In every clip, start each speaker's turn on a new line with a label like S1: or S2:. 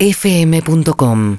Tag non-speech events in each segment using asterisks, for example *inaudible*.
S1: urbanaplayfm.com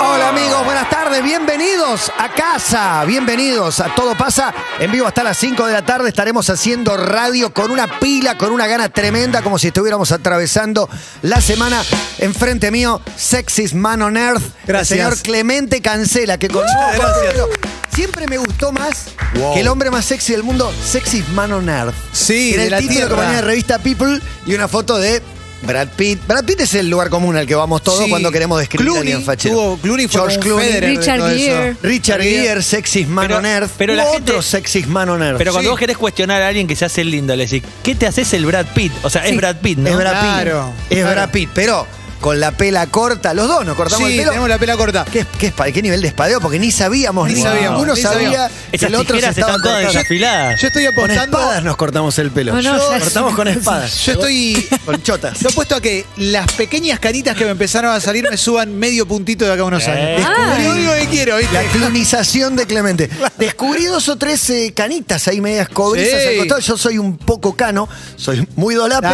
S2: Hola amigos, buenas tardes, bienvenidos a casa, bienvenidos a Todo pasa en vivo hasta las 5 de la tarde, estaremos haciendo radio con una pila, con una gana tremenda, como si estuviéramos atravesando la semana. Enfrente mío, Sexis Man on Earth,
S3: Gracias. Uh,
S2: el señor Clemente Cancela, que con
S3: gracias.
S2: Siempre me gustó más que el hombre más sexy del mundo, Sexis Man on Earth.
S3: Sí,
S2: Era
S3: de
S2: el
S3: la
S2: título que
S3: tierra.
S2: ponía la revista People y una foto de Brad Pitt. Brad Pitt es el lugar común al que vamos todos
S3: Sí.
S2: cuando queremos describir a
S3: Clooney
S2: alguien fachero.
S3: tuvo- Clooney fue
S2: George
S3: como un
S2: Clooney,
S3: Federer de
S4: Richard
S3: todo eso.
S4: Gere.
S2: Richard
S3: Pero-
S2: Gere, Sexis Man
S5: pero-
S2: on Earth.
S5: pero la
S2: u
S5: gente-
S2: otro Sexis Man on Earth.
S5: Pero cuando
S3: Sí.
S5: vos querés cuestionar a alguien que se hace el lindo, le decís, ¿qué te haces el Brad Pitt? O sea, es
S4: Sí.
S5: Brad Pitt, ¿no?
S2: es Brad Pitt.
S3: Claro,
S2: es
S3: claro.
S2: Brad Pitt, pero con la pela corta, los dos nos cortamos
S3: Sí,
S2: el pelo.
S3: tenemos la pela corta.
S2: ¿Qué, qué espa- qué nivel de espadeo? Porque ni sabíamos,
S3: Ni
S2: ni
S3: sabíamos,
S2: ninguno
S3: ni
S2: sabía
S3: sabíamos.
S2: que
S5: Esas
S2: el otro se
S5: tijeras
S2: estaba
S5: están todas
S2: cortando.
S5: desafiladas.
S3: Yo estoy
S2: Con
S3: apostando.
S2: espadas nos cortamos el pelo.
S4: No, no,
S2: Yo-
S4: ya-
S2: cortamos con espadas.
S3: Yo estoy. *laughs*
S2: Con chotas.
S3: Yo apuesto a que las pequeñas canitas que me empezaron a salir me suban medio puntito de acá a unos
S5: Eh.
S3: años. Descubrí lo único que quiero, ¿viste?
S2: La clonización de Clemente. Descubrí dos o tres eh, canitas ahí medias cobrizas
S3: Sí.
S2: al costado. Yo soy un poco cano, soy muy dolape,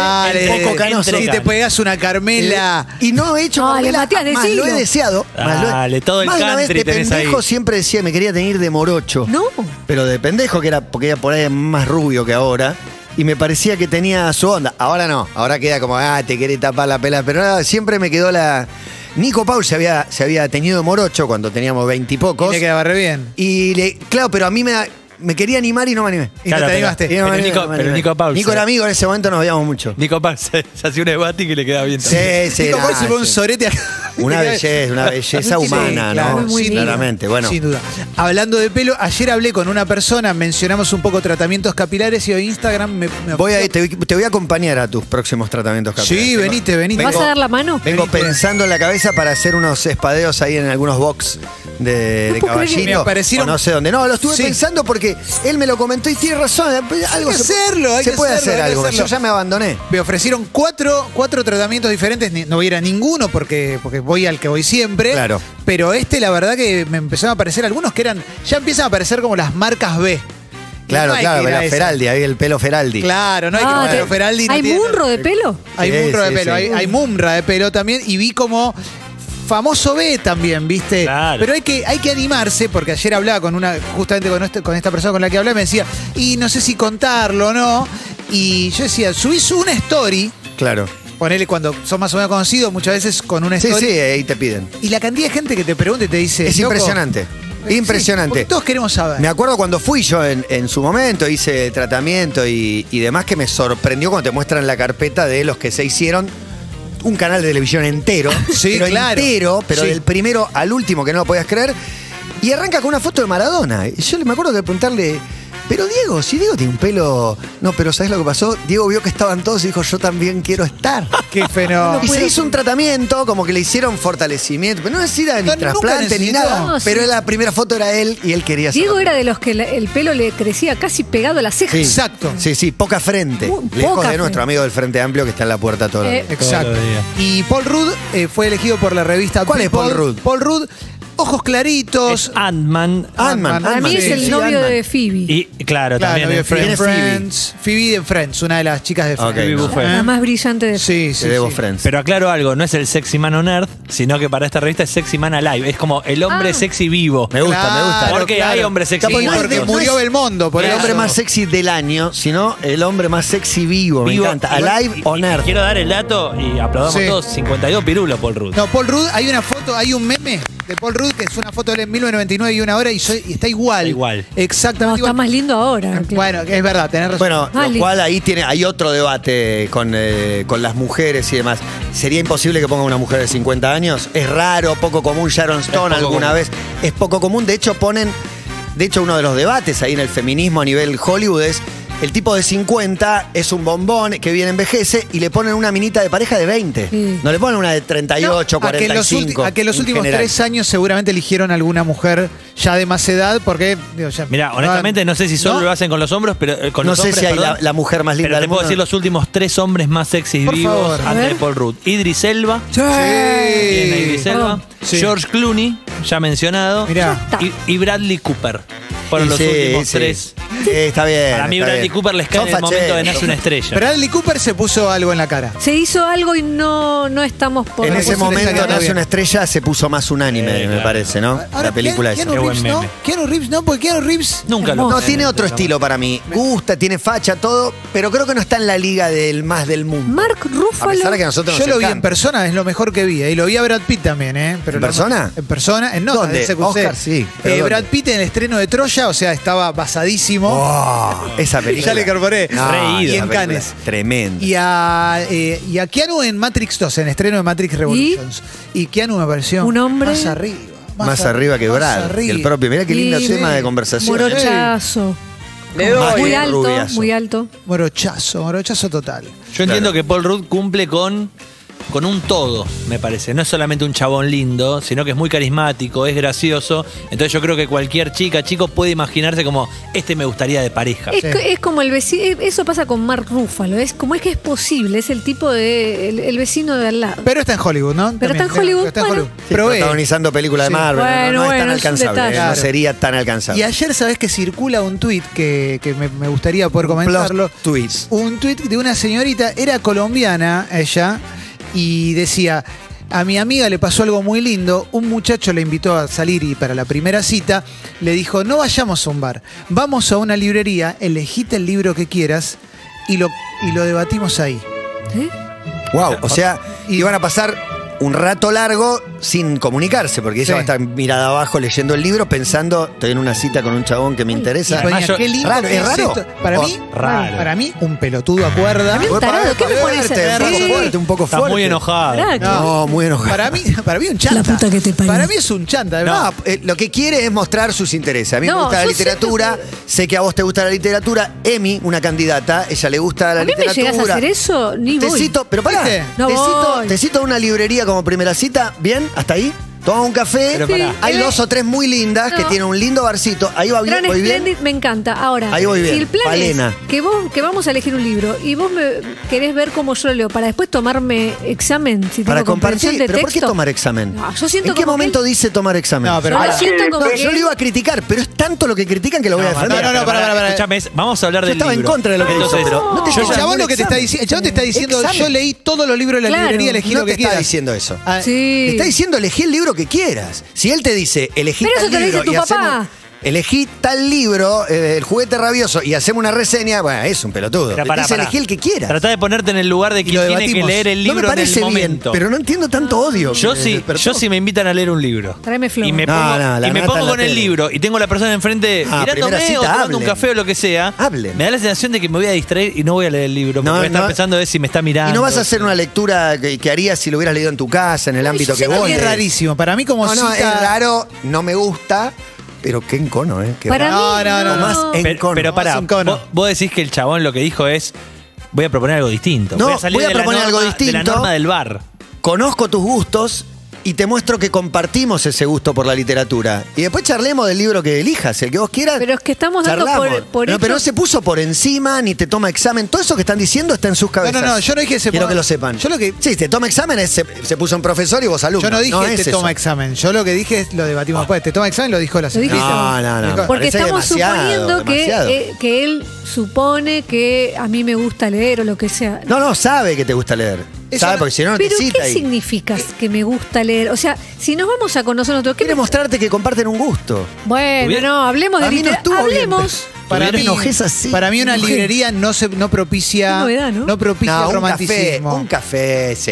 S2: un poco canoso.
S5: entre
S3: Si te
S5: cano.
S3: pegas una Carmela.
S2: Eh, Y no he hecho
S4: Dale,
S2: Carmela,
S4: Matías,
S2: más lo he
S4: decilo.
S2: deseado. más lo he-
S5: Dale, todo el
S2: más de una vez
S5: country
S2: de
S5: tenés ahí.
S2: pendejo siempre decía me quería tener de morocho.
S4: No.
S2: Pero de pendejo que era porque era por ahí más rubio que ahora. Y me parecía que tenía su onda. Ahora no, ahora queda como, ah, te querés tapar la pela. Pero nada, siempre me quedó la. Nico Paul se había, se había tenido de morocho cuando teníamos
S3: Y
S2: veintipocos.
S3: te quedaba re bien.
S2: Y le, claro, pero a mí me, da- me quería animar y no me animé.
S3: Y
S5: Claro,
S3: no te
S5: pero-
S3: animaste.
S2: Y no me animé,
S5: Nico-
S2: no me
S5: pero
S2: animé.
S5: Nico Paul,
S2: Nico
S5: sí.
S2: era amigo, en ese momento nos veíamos mucho.
S5: Nico Pac se, se hacía un esbati que le queda bien.
S2: Sí,
S5: también.
S2: sí.
S3: Nico
S2: nah,
S3: Paul se pone un
S2: sí.
S3: sorete acá. *laughs*
S2: Una belleza, una belleza
S3: Sí,
S2: humana,
S3: claro,
S2: ¿no?
S4: muy
S2: Sí,
S4: lindo.
S2: Claramente, bueno.
S3: Sin duda. Hablando de pelo, ayer hablé con una persona, mencionamos un poco tratamientos capilares y hoy Instagram me. me-
S2: Voy a, te, te voy a acompañar a tus próximos tratamientos. capilares.
S3: Sí,
S2: Vengo-
S3: venite, venite.
S4: ¿Vas
S2: Vengo-
S4: a dar la mano?
S2: Vengo
S3: Venite.
S2: pensando en la cabeza para hacer unos espadeos ahí en algunos box de, de
S4: puedo creer.
S2: caballito.
S3: Me parecieron-
S2: o no sé dónde. No, lo estuve
S3: Sí.
S2: pensando porque él me lo comentó y tiene razón. eh, Algo
S3: que
S2: se-
S3: hacerlo, hay
S2: se
S3: que
S2: puede
S3: hacerlo,
S2: hacer
S3: hay que
S2: algo.
S3: hacerlo.
S2: Yo ya me abandoné.
S3: Me ofrecieron cuatro, cuatro tratamientos diferentes, ni- no hubiera ninguno porque, porque voy al que voy siempre.
S2: Claro.
S3: Pero este, la verdad que me empezaron a aparecer algunos que eran, ya empiezan a aparecer como las marcas B.
S2: Claro,
S3: No hay
S2: claro,
S3: que ir a
S2: la
S3: esa.
S2: Feraldi, ahí el pelo Feraldi.
S3: Claro, no hay
S4: Ah,
S3: que
S4: te-
S3: pero Feraldi no
S4: ¿Hay
S3: tiene-
S4: burro de pelo?
S3: Hay
S2: Sí,
S3: murro de
S2: sí,
S3: pelo,
S2: sí.
S3: hay, hay mumra de pelo también. Y vi como famoso B también, ¿viste?
S5: Claro.
S3: Pero hay que, hay que animarse, porque ayer hablaba con una, justamente con, este- con esta persona con la que hablé, me decía, y no sé si contarlo o no. Y yo decía, subís una story,
S2: Claro.
S3: ponele cuando son más o menos conocidos, muchas veces con una
S2: Sí,
S3: story.
S2: sí, ahí te piden.
S3: Y la cantidad de gente que te pregunta y te dice.
S2: Es
S3: "Loco, eh,
S2: impresionante.
S3: sí,
S2: Impresionante.
S3: porque todos queremos saber.
S2: Me acuerdo cuando fui yo en, en su momento, hice tratamiento y, y demás, que me sorprendió cuando te muestran la carpeta de los que se hicieron un canal de televisión entero.
S3: *laughs* Sí,
S2: pero
S3: claro.
S2: Entero, pero
S3: Sí.
S2: del primero al último, que no lo podías creer. Y arranca con una foto de Maradona. Y Yo me acuerdo de preguntarle, pero Diego, si Diego tiene un pelo. No, pero ¿sabes lo que pasó? Diego vio que estaban todos y dijo, yo también quiero
S3: *laughs*
S2: estar.
S3: Qué fenómeno.
S2: Y se hizo un tratamiento, como que le hicieron fortalecimiento. Pero no necesita ni
S3: No, nunca
S2: trasplante ni
S3: necesitó.
S2: nada.
S4: No, sí.
S2: Pero la primera foto era él y él quería ser.
S4: Diego era de los que la- el pelo le crecía casi pegado a la ceja.
S3: Exacto.
S2: Sí, sí, poca frente.
S4: Uh,
S2: Lejos
S4: poca
S2: de nuestro
S4: frente.
S2: amigo del Frente Amplio que está en la puerta todo el
S4: Eh,
S2: día.
S3: Exacto.
S5: Todos los días.
S3: Y Paul Rudd eh, fue elegido por la revista
S2: ¿Cuál es
S3: People.
S2: Paul Rudd?
S3: Paul Rudd, ojos claritos.
S5: Es ah, Ant-Man.
S2: Ant-Man.
S3: Ant-Man.
S4: Para
S2: Ant-Man,
S4: mí es
S2: sí,
S4: el
S2: sí,
S4: novio
S2: Ant-Man.
S4: de Phoebe.
S5: Y claro,
S3: Claro,
S5: también.
S3: novio de
S5: en Friends.
S3: Friends.
S2: ¿Quién es
S3: Friends. Phoebe de Friends, una de las chicas de
S2: Ok,
S3: Friends.
S5: no. Buffet.
S4: la más brillante de
S3: Sí, sí.
S2: Te debo
S3: sí.
S2: Friends.
S5: Pero aclaro algo, no es el Sexy Man on Earth, sino que para esta revista es Sexy Man Alive. Es como el hombre
S4: Ah.
S5: sexy vivo.
S2: me gusta, me gusta.
S3: Claro,
S5: Porque
S3: claro.
S5: hay hombres sexy
S2: Capaz
S3: Sí,
S2: no
S5: vivos.
S2: es
S3: porque
S2: de-
S3: murió
S2: no es-
S3: Belmondo. Por
S2: el
S3: eso.
S2: hombre más sexy del año, sino el hombre más sexy vivo.
S5: Vivo.
S2: Me encanta.
S5: Igual-
S2: Alive
S5: y-
S2: on
S5: y
S2: Earth.
S5: Quiero dar el dato y aplaudamos
S3: Sí.
S5: todos. 52 pirulos Paul Rudd.
S3: No, Paul Rudd, hay una foto, hay un meme de Paul Rudd que es una foto de él en 1999 y una hora y, soy- y está igual.
S5: Está igual.
S3: Exactamente
S4: No, está
S3: igual.
S4: más lindo ahora. claro.
S3: Bueno, es verdad, tenés razón.
S2: Bueno,
S4: Ah,
S2: lo
S4: listo.
S2: cual ahí tiene, hay otro debate con, eh, con las mujeres y demás. Sería imposible que ponga una mujer de 50 años. Es raro, poco común. Sharon Stone
S5: poco
S2: alguna
S5: común.
S2: vez. Es poco común. De hecho, ponen. De hecho, uno de los debates ahí en el feminismo a nivel Hollywood es. El tipo de 50 es un bombón que bien envejece y le ponen una minita de pareja de 20.
S4: Sí.
S2: No le ponen una de 38,
S3: a que en los,
S2: 45.
S3: ulti- a que en los
S2: en
S3: últimos
S2: general.
S3: tres años seguramente eligieron alguna mujer ya de más edad, porque. digo, ya-
S5: Mira, honestamente no sé si solo
S3: ¿No?
S5: lo hacen con los hombros, pero eh, con
S2: No
S5: los
S2: sé
S5: hombres,
S2: si hay
S5: perdón.
S2: la, la mujer más linda
S5: Pero te
S2: del
S5: puedo
S2: mundo.
S5: decir los últimos tres hombres más sexys
S3: Por
S5: vivos
S3: favor.
S5: antes
S4: A ver.
S5: de Paul Rudd. Idris Elba, tiene Idris
S3: Sí.
S5: Elba,
S3: Sí.
S5: George Clooney, ya mencionado,
S3: Mirá.
S5: y, y Bradley Cooper. Fueron
S2: Y
S5: los
S2: sí,
S5: últimos
S2: sí.
S5: tres
S2: Sí, está bien.
S5: Para mí
S2: está
S5: Bradley
S2: bien.
S5: Cooper les cae
S2: Son
S5: en el momento
S2: facheros.
S5: de nace una estrella.
S3: Pero Bradley Cooper se puso algo en la cara.
S4: Se hizo algo y no, no estamos por.
S2: En
S3: Porque
S2: ese
S3: puso una
S2: momento
S3: estrella
S2: nace
S3: novia.
S2: una estrella, se puso más unánime,
S5: Eh,
S2: me
S5: claro.
S2: parece, ¿no?
S3: Ahora,
S2: la película
S3: Keanu-
S2: esa.
S5: Qué
S3: Keanu
S5: buen
S3: Reeves no,
S5: meme.
S3: Keanu Reeves no, porque Keanu Reeves...
S5: Nunca lo
S2: No,
S5: puse.
S2: tiene otro estilo para mí. Gusta, tiene facha, todo, pero creo que no está en la liga del más del mundo.
S4: Mark
S2: A pesar de que a
S4: Ruffalo.
S2: nosotros nos
S3: Yo lo vi en
S2: encanta.
S3: persona, es lo mejor que vi. eh, Y lo vi a Brad Pitt también, ¿eh? Pero
S2: ¿En
S3: lo-
S2: persona?
S3: En persona, en nota
S2: ¿Dónde?
S3: del CQC.
S2: Oscar, sí, pero
S3: Eh,
S2: ¿dónde?
S3: Brad Pitt en el estreno de Troya, o sea, estaba basadísimo.
S2: Oh,
S5: *laughs*
S2: esa película.
S3: Ya le incorporé.
S5: Reído.
S2: esa
S3: Y en
S2: película
S3: Cannes.
S2: es Tremendo.
S3: Y a, eh, y a Keanu en Matrix 2, en estreno de Matrix Revolutions. Y, Keanu me pareció
S4: Un hombre.
S3: más arriba.
S2: más, arriba que
S3: más
S2: Brad. que
S3: arriba.
S2: El propio. Mirá qué lindo
S4: Sí.
S2: tema de conversación. ¿eh?
S3: Morocha.
S4: Morochazo.
S1: Le
S2: Más
S4: Muy
S2: que
S1: doy.
S4: alto,
S2: rubiazo.
S4: muy alto.
S3: Morochazo, morochazo total.
S5: Yo entiendo que Paul Rudd cumple con, con un todo, me parece. No es solamente un chabón lindo, sino que es muy carismático, es gracioso. Entonces yo creo que cualquier chica, chico, puede imaginarse como, este me gustaría de pareja.
S4: Es, co- es como el vecino, eso pasa con Mark Ruffalo, es como es que es posible, es el tipo de el, el vecino de al lado.
S3: Pero está en Hollywood, ¿no?
S4: Pero está en
S3: También,
S4: Hollywood,
S3: Está en
S4: bueno.
S3: Hollywood.
S2: Sí,
S3: Probé.
S2: protagonizando películas
S3: Sí.
S2: de Marvel. no,
S4: Bueno,
S2: no es tan
S4: bueno, es un
S2: alcanzable.
S4: detalle.
S2: eh, No
S3: Claro.
S2: sería tan alcanzable.
S3: Y ayer sabés que circula un tuit que, que me, me gustaría poder comentarlo.
S2: Plot twist.
S3: Un tuit de una señorita, era colombiana ella, y decía, a mi amiga le pasó algo muy lindo, un muchacho le invitó a salir y para la primera cita le dijo, no vayamos a un bar, vamos a una librería, elegite el libro que quieras y lo, y lo debatimos ahí.
S4: ¿Eh?
S2: Wow, o sea,
S3: Y-
S2: iban a pasar un rato largo sin comunicarse, porque ella
S3: Sí.
S2: va a estar mirada abajo leyendo el libro, pensando, estoy en una cita con un chabón que me interesa.
S5: además
S3: Ponía,
S5: yo-
S3: "Qué lindo
S2: Raro,
S3: que
S2: ¿es raro?
S3: esto". Para
S2: Oh,
S3: mí,
S5: raro.
S3: para mí, un pelotudo acuerda.
S4: mí un
S2: Pará,
S4: tarado, ¿qué me
S2: pará,
S4: pones
S2: fuerte,
S4: a-
S2: un poco
S4: Sí.
S2: fuerte, un poco
S5: Está
S2: fuerte.
S5: muy enojado.
S4: Pará,
S2: No, muy enojado.
S3: Para mí, para mí un chanta.
S4: La puta que te parió.
S3: Para mí es un chanta, de
S2: No,
S3: verdad.
S2: eh, lo que quiere es mostrar sus intereses. A mí me
S4: No,
S2: gusta la
S4: yo
S2: literatura, sé que a vos te gusta la literatura. Emi, una candidata, ella le gusta la
S4: a mí me
S2: literatura.
S4: llegas a hacer eso, ni
S2: Te
S4: voy.
S2: cito, pero pará,
S3: ¿Viste?
S4: No
S2: te, cito,
S4: voy.
S2: te cito a una librería como primera cita, ¿bien? ¿Hasta ahí? Tomamos un café,
S5: Pero pará. Sí.
S2: hay dos o tres muy lindas que
S4: No.
S2: tienen un lindo barcito, ahí va bien,
S4: Gran
S2: voy bien.
S4: Splendid, me encanta. Ahora,
S2: Ahí voy bien,
S4: si el plan
S2: Palena.
S4: es que, vos, que vamos a elegir un libro y vos me querés ver cómo yo lo leo para después tomarme examen, si tengo
S2: Para
S4: comprensión
S2: compartir,
S4: de
S2: pero ¿por qué
S4: texto.
S2: tomar examen?
S4: No, yo siento
S2: ¿En qué
S4: como que
S2: momento
S4: él-
S2: dice tomar examen?
S3: No, pero
S4: yo lo
S3: pará.
S4: siento como que
S2: yo
S4: él-
S2: lo iba a criticar, pero es tanto lo que critican que lo voy a defender.
S5: pará,
S3: No, no, no,
S5: pará,
S3: pará, pará.
S5: Escuchame, es- vamos a hablar
S2: Yo
S5: del
S2: estaba en
S5: libro.
S2: contra de lo que
S5: Entonces,
S2: dijo, pero no te
S3: El
S2: Yo ya-
S3: chabón lo que te está
S2: examen.
S3: diciendo, el chabón te está diciendo,
S2: Examen.
S3: yo leí todos los libros de la
S4: Claro.
S3: librería, elegí
S2: no te
S3: lo que
S2: está
S3: quieras.
S2: diciendo eso.
S3: Ah,
S4: Sí.
S2: Te está diciendo, elegí el libro que quieras. Si él te dice, elegí
S4: Pero
S2: tal
S4: eso te lo
S2: libro
S4: dice tu
S2: y
S4: papá.
S2: hacemos- elegí tal libro, eh, El juguete rabioso, y hacemos una reseña, bueno, es un pelotudo.
S5: Pará,
S2: Te
S5: pará,
S2: dice,
S5: pará.
S2: elegí el que quieras.
S5: Tratá de ponerte en el lugar de
S3: lo
S5: quien tiene que
S3: debatimos.
S5: leer el
S2: no me
S5: libro en
S2: parece
S5: el
S2: bien,
S5: momento.
S2: pero no entiendo tanto odio. que
S5: Yo
S2: me
S5: sí,
S2: despertó.
S5: yo sí me invitan a leer un libro.
S4: Tráeme flor.
S5: Y me
S2: No,
S5: pongo,
S2: no, la
S5: y me
S2: nata
S5: pongo
S2: en la
S5: con el
S2: tele.
S5: libro y tengo a la persona enfrente
S2: Ah, primera
S5: mirándome
S2: cita,
S5: o tomando
S2: hablen.
S5: un café o lo que sea.
S2: Hablen.
S5: Me da la sensación de que me voy a distraer y no voy a leer el libro. Porque
S2: No,
S5: voy a estar
S2: no.
S5: pensando de si me está mirando.
S2: Y no vas a hacer una lectura que, que harías si lo hubieras leído en tu casa, en el ámbito que
S3: Para
S2: vos.
S3: mí es
S2: lees.
S3: rarísimo. Para mí como
S2: No, no, es
S3: cita-
S2: raro, no me gusta, pero qué encono, ¿eh? Qué
S4: Para
S2: raro.
S3: No,
S4: mí,
S3: no, no,
S2: más en-
S5: Pero,
S2: cono.
S5: pero pará,
S3: Vas en cono.
S5: vos, vos decís que el chabón lo que dijo es. Voy a proponer algo distinto.
S2: No,
S5: voy a salir
S2: voy a
S5: de la
S2: proponer
S5: norma-
S2: algo
S5: De la
S2: distinto.
S5: norma del bar.
S2: conozco tus gustos y te muestro que compartimos ese gusto por la literatura. Y después charlemos del libro que elijas, el que vos quieras.
S4: Pero es que estamos dando
S2: charlamos.
S4: por- por
S2: No,
S4: hecho-
S2: Pero no se puso por encima, ni te toma examen. Todo eso que están diciendo está en sus
S3: no,
S2: cabezas.
S3: no, yo no dije se
S2: Quiero
S3: ponga-
S2: que lo sepan.
S3: Yo lo que-
S2: Sí, te toma examen, es- se, se puso un profesor y vos alumno.
S3: Yo no dije
S2: es
S3: te
S2: eso. Ah.
S3: toma examen. Yo lo que dije es lo debatimos después. Te toma examen lo dijo la señorita.
S4: dijiste.
S2: No, no, no. me
S4: Porque
S2: parece
S4: estamos
S2: demasiado,
S4: suponiendo que,
S2: demasiado.
S4: eh, que él supone que a mí me gusta leer o lo que sea.
S2: No, no, sabe que te gusta leer.
S3: Eso
S2: sabe,
S3: no-
S2: porque si no, no te
S4: Pero
S2: cita.
S4: ¿qué
S2: ahí.
S4: significa que me gusta leer? O sea, si nos vamos a conocer nosotros, ¿qué
S2: Quiere
S4: me...
S2: mostrarte que comparten un gusto.
S4: Bueno,
S5: Hubiera-
S4: no, hablemos de
S2: A mí no
S4: litera-
S2: estuvo bien,
S4: Hablemos.
S3: Para
S2: Te
S3: mí,
S2: enojes así.
S3: para mí una
S2: Enojé.
S3: librería no se no propicia
S4: Qué novedad, ¿no?
S3: propicia
S2: No,
S3: el
S2: un café,
S3: romanticismo.
S2: un café, sí.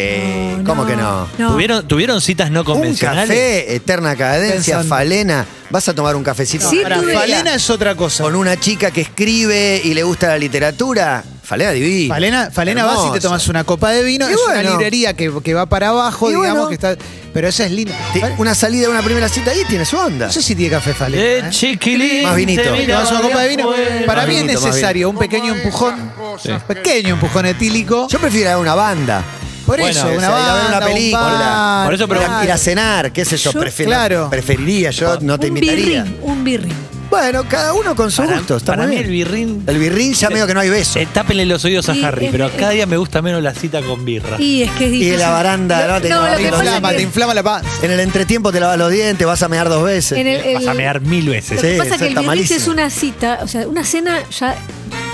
S4: No,
S2: ¿Cómo
S4: no,
S2: que no?
S4: no.
S5: ¿Tuvieron, ¿Tuvieron citas no
S2: Un
S5: convencionales?
S2: café, eterna cadencia,
S3: Pensando.
S2: falena. Vas a tomar un cafecito
S4: Sí,
S3: Pará,
S4: tuve-
S3: Falena es otra cosa.
S2: con una chica que escribe y le gusta la literatura. Falena divina.
S3: Falena, Falena vas
S2: Hermosa.
S3: y te tomas una copa de vino.
S2: Y
S3: es una
S2: bueno.
S3: librería que, que va para abajo,
S2: Y
S3: digamos
S2: bueno.
S3: que está. Pero esa es linda.
S2: Te-
S3: Fal-
S2: Una salida, una primera cita, ahí tiene su onda.
S3: No sé si tiene café Falena.
S5: Eh,
S3: ¿eh?
S5: chiquilín.
S2: Más vinito.
S5: te
S2: Te
S3: Te
S5: miraba
S3: vas a una copa de
S5: de
S3: vino.
S5: afuera.
S3: Para mí es
S2: vinito, más
S3: necesario un pequeño empujón. Un pequeño empujón etílico.
S2: Yo prefiero ir a una banda.
S3: Por
S5: Bueno,
S3: eso,
S5: o sea,
S3: una
S2: ir a ver
S3: banda,
S2: una
S3: un
S2: película.
S3: bar,
S5: Por eso, pero-
S2: Ir a- ir a cenar, qué sé yo,
S4: Yo-
S2: prefiero.
S3: Claro.
S2: Preferiría, yo no te
S4: un
S2: invitaría.
S4: birrín, un birrín.
S2: Bueno, cada uno con su
S5: Para-
S2: gusto. Está
S5: para
S2: muy
S5: mí
S2: bien.
S5: el birrín-
S2: El birrín ya medio que no hay beso.
S5: Eh, tápenle los oídos a
S4: Y
S5: Harry,
S4: es-
S5: pero cada día me gusta menos la cita con birra.
S4: Y es que es difícil.
S2: Y la baranda, ¿no?
S4: Lo-
S2: Te
S4: no, lo
S3: Te
S4: que
S2: lavas
S4: pasa
S3: inflama,
S4: es
S3: te
S4: que
S3: inflama la paz.
S2: En el entretiempo te lavas los dientes, vas a mear dos veces.
S4: en el- el-
S5: Eh, Vas a mear mil
S4: Lo
S5: veces.
S4: que
S2: Sí,
S4: pasa es
S2: eso
S4: que el
S2: está
S4: viernes es
S2: malísimo.
S4: una cita, o sea, una cena ya.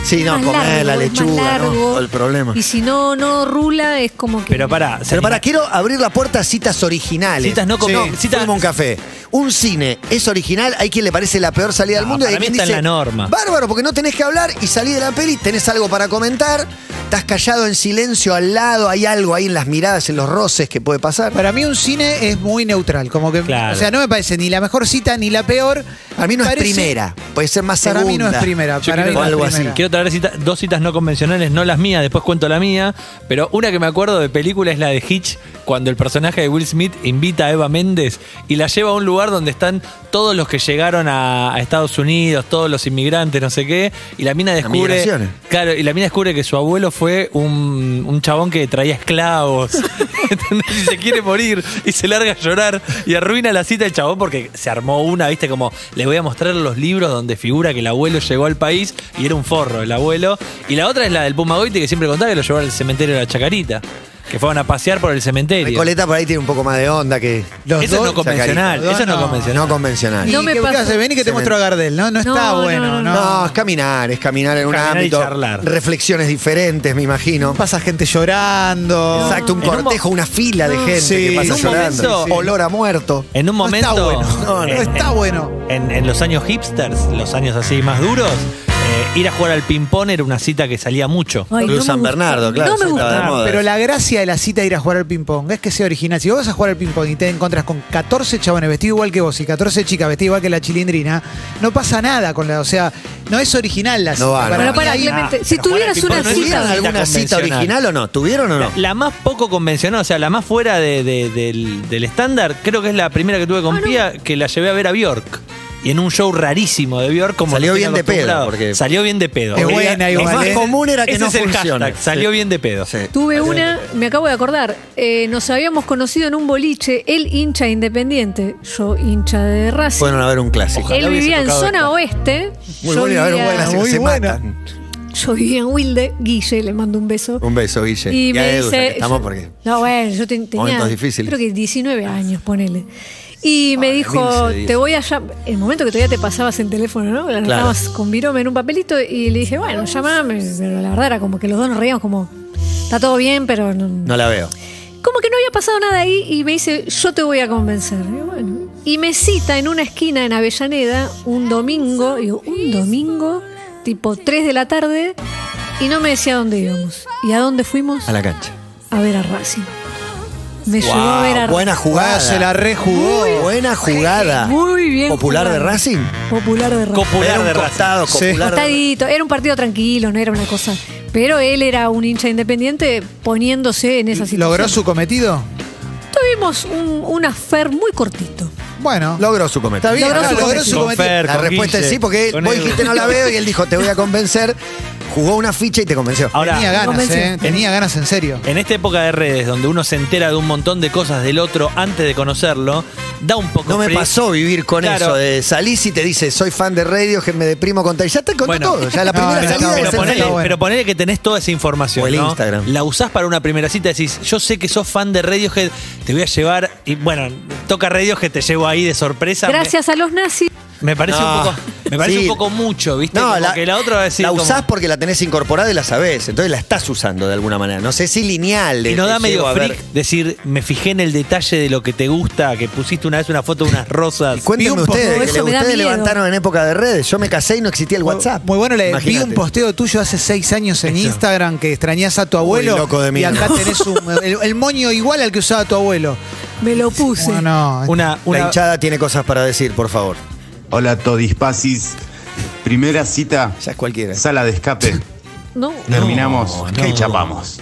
S2: Sí,
S4: es
S2: no,
S4: más
S2: comer
S4: largo,
S2: la
S4: es más
S2: lechuga, ¿no?
S4: largo.
S2: Todo el problema.
S4: Y si no, no rula, es como que.
S5: Pero pará. se
S2: Pero para,
S5: anima-
S2: quiero abrir la puerta a citas originales.
S5: Citas no con- no, citas-
S2: citas un café. Un cine es original, hay quien le parece la peor salida del
S5: No,
S2: mundo. y
S5: para
S2: hay
S5: mí
S2: quien
S5: está en
S2: dice,
S5: la norma.
S2: Bárbaro, porque no tenés que hablar y salí de la peli, tenés algo para comentar, estás callado en silencio al lado, hay algo ahí en las miradas, en los roces que puede pasar.
S3: Para mí un cine es muy neutral, como que,
S5: Claro.
S3: o sea, no me parece ni la mejor cita ni la peor.
S2: Para mí no
S3: Parece-
S2: es primera, puede ser más
S3: Para
S2: segunda.
S3: mí no es primera,
S5: Yo
S3: para mí
S5: quiero-
S3: no es
S2: algo así.
S3: primera.
S5: Quiero traer cita- dos citas no convencionales, no las mías, después cuento la mía, pero una que me acuerdo de película es la de Hitch, cuando el personaje de Will Smith invita a Eva Méndez y la lleva a un lugar donde están todos los que llegaron a, a Estados Unidos, todos los inmigrantes, no sé qué, y la mina descubre...
S2: migraciones.
S5: Claro, y la mina descubre que su abuelo fue un, un chabón que traía esclavos, ¿entendés? Y se quiere morir, y se larga a llorar, y arruina la cita del chabón porque se armó una, viste, como le voy a mostrar los libros donde figura que el abuelo llegó al país y era un forro el abuelo. Y la otra es la del Pumagoite que siempre contaba que lo llevó al cementerio de la Chacarita, que fueron a pasear por el cementerio.
S2: Recoleta por ahí tiene un poco más de onda que.
S3: Los
S5: Eso es
S3: dos,
S5: no
S3: Chacarita,
S5: convencional,
S3: los
S5: eso es no
S3: dos no.
S5: convencional.
S2: No convencional.
S4: No
S3: Y
S4: me
S3: que
S4: pasa.
S3: ubicás, vení que te muestro a Gardel, ¿no? No está
S4: No, no,
S3: bueno,
S4: no,
S3: no.
S4: no.
S2: No, es caminar, es caminar en un
S5: Caminar y
S2: ámbito.
S5: charlar.
S2: Reflexiones diferentes, me imagino.
S3: Pasa gente llorando.
S2: Exacto, un
S5: En un mo-
S2: cortejo, una fila de
S4: No.
S2: gente
S3: Sí,
S2: que
S5: en
S2: pasa
S5: un
S2: llorando.
S5: momento-
S2: Sí. Olor a muerto.
S5: En un
S3: No
S5: momento. Eh,
S3: está bueno, no, no
S5: en-
S3: está bueno.
S5: En, en los años hipsters, los años así más duros, eh, ir a jugar al ping-pong era una cita que salía mucho.
S4: Ay,
S2: Club
S4: me
S2: San
S4: gusta.
S2: Bernardo, claro,
S4: No me
S2: sí, estaba de
S4: gusta.
S2: moda.
S3: Pero la gracia de la cita de ir a jugar al ping-pong es que sea original. Si vos vas a jugar al ping-pong y te encontrás con 14 chabones vestidos igual que vos y 14 chicas vestidas igual que la chilindrina, no pasa nada con la. O sea, no es original la cita.
S2: va, no
S4: Pero
S2: va.
S4: para,
S3: mí ah, ahí-
S4: Clemente, si
S5: pero jugar al
S4: tuvieras una
S5: ping-pong no es
S2: ¿Tuvieron
S5: una
S4: cita.
S2: alguna cita
S5: convencional.
S2: original o no? ¿Tuvieron o no?
S5: La, la más poco convencional, o sea, la más fuera de- de- del, del estándar, creo que es la primera que tuve con Pía, que la llevé a ver a Bjork. Y en un show rarísimo de Bjork, como
S2: Salió
S5: no tiene
S2: bien de pedo,
S5: acostumbrado.
S2: porque-
S5: Salió bien de pedo.
S3: Es
S5: Obliga-
S3: buena
S2: Lo
S3: igual,
S2: más
S3: ¿eh?
S2: común era que
S5: Ese
S2: no
S5: es el
S2: funcione.
S5: hashtag, salió bien de pedo.
S2: Sí.
S4: Tuve una, me acabo de acordar, eh, nos habíamos conocido en un boliche, él hincha de independiente, yo hincha de Racing.
S2: Fueron a ver un clásico.
S5: Ojalá
S4: él
S5: hubiese
S4: vivía en
S5: tocado
S4: zona
S5: esta.
S4: oeste.
S2: Muy
S4: yo
S2: bueno ir a ver un
S4: vivía-
S2: buen clásico.
S3: muy
S2: Se
S3: buena.
S2: matan.
S4: Yo vivía en Wilde, Guille, le mando un beso.
S2: Un beso, Guille.
S4: Y,
S2: a
S4: me
S2: Edu, ya que
S4: dice.
S2: Estamos
S4: yo-
S2: porque.
S4: No, bueno, yo ten- tenía.
S2: Momentos difíciles.
S4: Creo que 19 años, ponele. Y me
S2: Ah,
S4: dijo,
S2: 15 de
S4: te voy a llamar. El momento que todavía te pasabas el teléfono, ¿no? Lo anotabas con virome en un papelito y le dije, bueno, llamame. Pero la verdad era como que los dos nos reíamos, como, está todo bien, pero. no-
S2: No la veo.
S4: como que no había pasado nada ahí y me dice, yo te voy a convencer. Y, bueno, y me cita en una esquina en Avellaneda un domingo, digo, un domingo, tipo 3 de la tarde, y no me decía dónde íbamos. ¿Y a dónde fuimos?
S2: A la cancha.
S4: A ver a Racing. Me llevó a ver a
S2: Wow, buena jugada.
S3: Ah, se la rejugó.
S2: Buena jugada.
S4: Muy bien.
S2: Popular
S4: jugado.
S2: de Racing.
S4: Popular de Racing.
S5: Popular
S2: Era un
S5: de Racing.
S2: costado,
S3: Sí.
S2: popular. de-
S4: Costadito. Era un partido tranquilo, no era una cosa. Pero él era un hincha independiente poniéndose en esa situación.
S3: ¿Logró su cometido?
S4: Tuvimos un, un affair muy cortito.
S3: Bueno.
S2: Logró su comentario.
S3: Está bien,
S4: Logró su
S3: logró
S4: cometido.
S3: su
S5: Con
S3: cometido.
S5: Fer,
S2: La
S5: con
S2: respuesta
S5: Guille,
S2: es sí, porque
S5: con
S2: vos
S5: Edu.
S2: dijiste no la veo y él dijo te voy a convencer. Jugó una ficha y te convenció.
S5: Ahora,
S3: Tenía ganas,
S4: Convención.
S3: ¿eh? Tenía ganas en serio.
S5: En esta época de redes, donde uno se entera de un montón de cosas del otro antes de conocerlo, da un poco
S2: No me
S5: frío.
S2: pasó vivir con
S5: Claro.
S2: eso. De salís y te dice, soy fan de radio, que me deprimo con tal. Ya te conté
S5: Bueno.
S2: todo. Ya la
S3: No,
S2: primera
S3: pero-
S2: salida
S5: pero,
S2: es el
S5: ponele,
S3: está bueno.
S5: pero ponele que tenés toda esa información.
S2: O el
S5: ¿no?
S2: Instagram.
S5: La usás para una primera cita. Decís, yo sé que sos fan de Radiohead, te voy a llevar. Y bueno, toca Radiohead, te llevo ahí de sorpresa. Me-
S4: Gracias a los nazis.
S5: Me, parece,
S2: No.
S5: un, poco, me parece
S2: Sí.
S5: un poco mucho, ¿viste?
S2: No,
S5: Como
S2: la,
S5: que la otra va a decir.
S2: la
S5: como-
S2: usás porque la tenés incorporada y la sabés. Entonces la estás usando de alguna manera. No sé si lineal. de-
S5: Y no da
S2: te
S5: medio
S2: llevo a ver.
S5: freak decir, me fijé en el detalle de lo que te gusta, que pusiste una vez una foto de unas rosas.
S3: Vi
S2: Cuéntenme
S3: un poco.
S2: ustedes, que
S4: Eso
S2: le-
S4: me da
S2: ustedes
S4: miedo.
S2: levantaron en época de redes. Yo me casé y no existía el WhatsApp.
S3: Muy bueno, le vi
S2: Imagínate.
S3: un posteo tuyo hace seis años en
S5: Eso.
S3: Instagram que extrañas a tu abuelo.
S2: loco de mí,
S3: y acá
S2: ¿no? *laughs*
S3: tenés un- el, el moño igual al que usaba tu abuelo.
S4: Me lo puse.
S3: Bueno, no,
S5: Una,
S2: La
S5: una,
S2: hinchada tiene cosas para decir, por favor.
S1: Hola Todispacis. Primera cita,
S2: Ya es cualquiera.
S1: sala de escape.
S4: No.
S1: Terminamos
S5: no.
S1: y chapamos.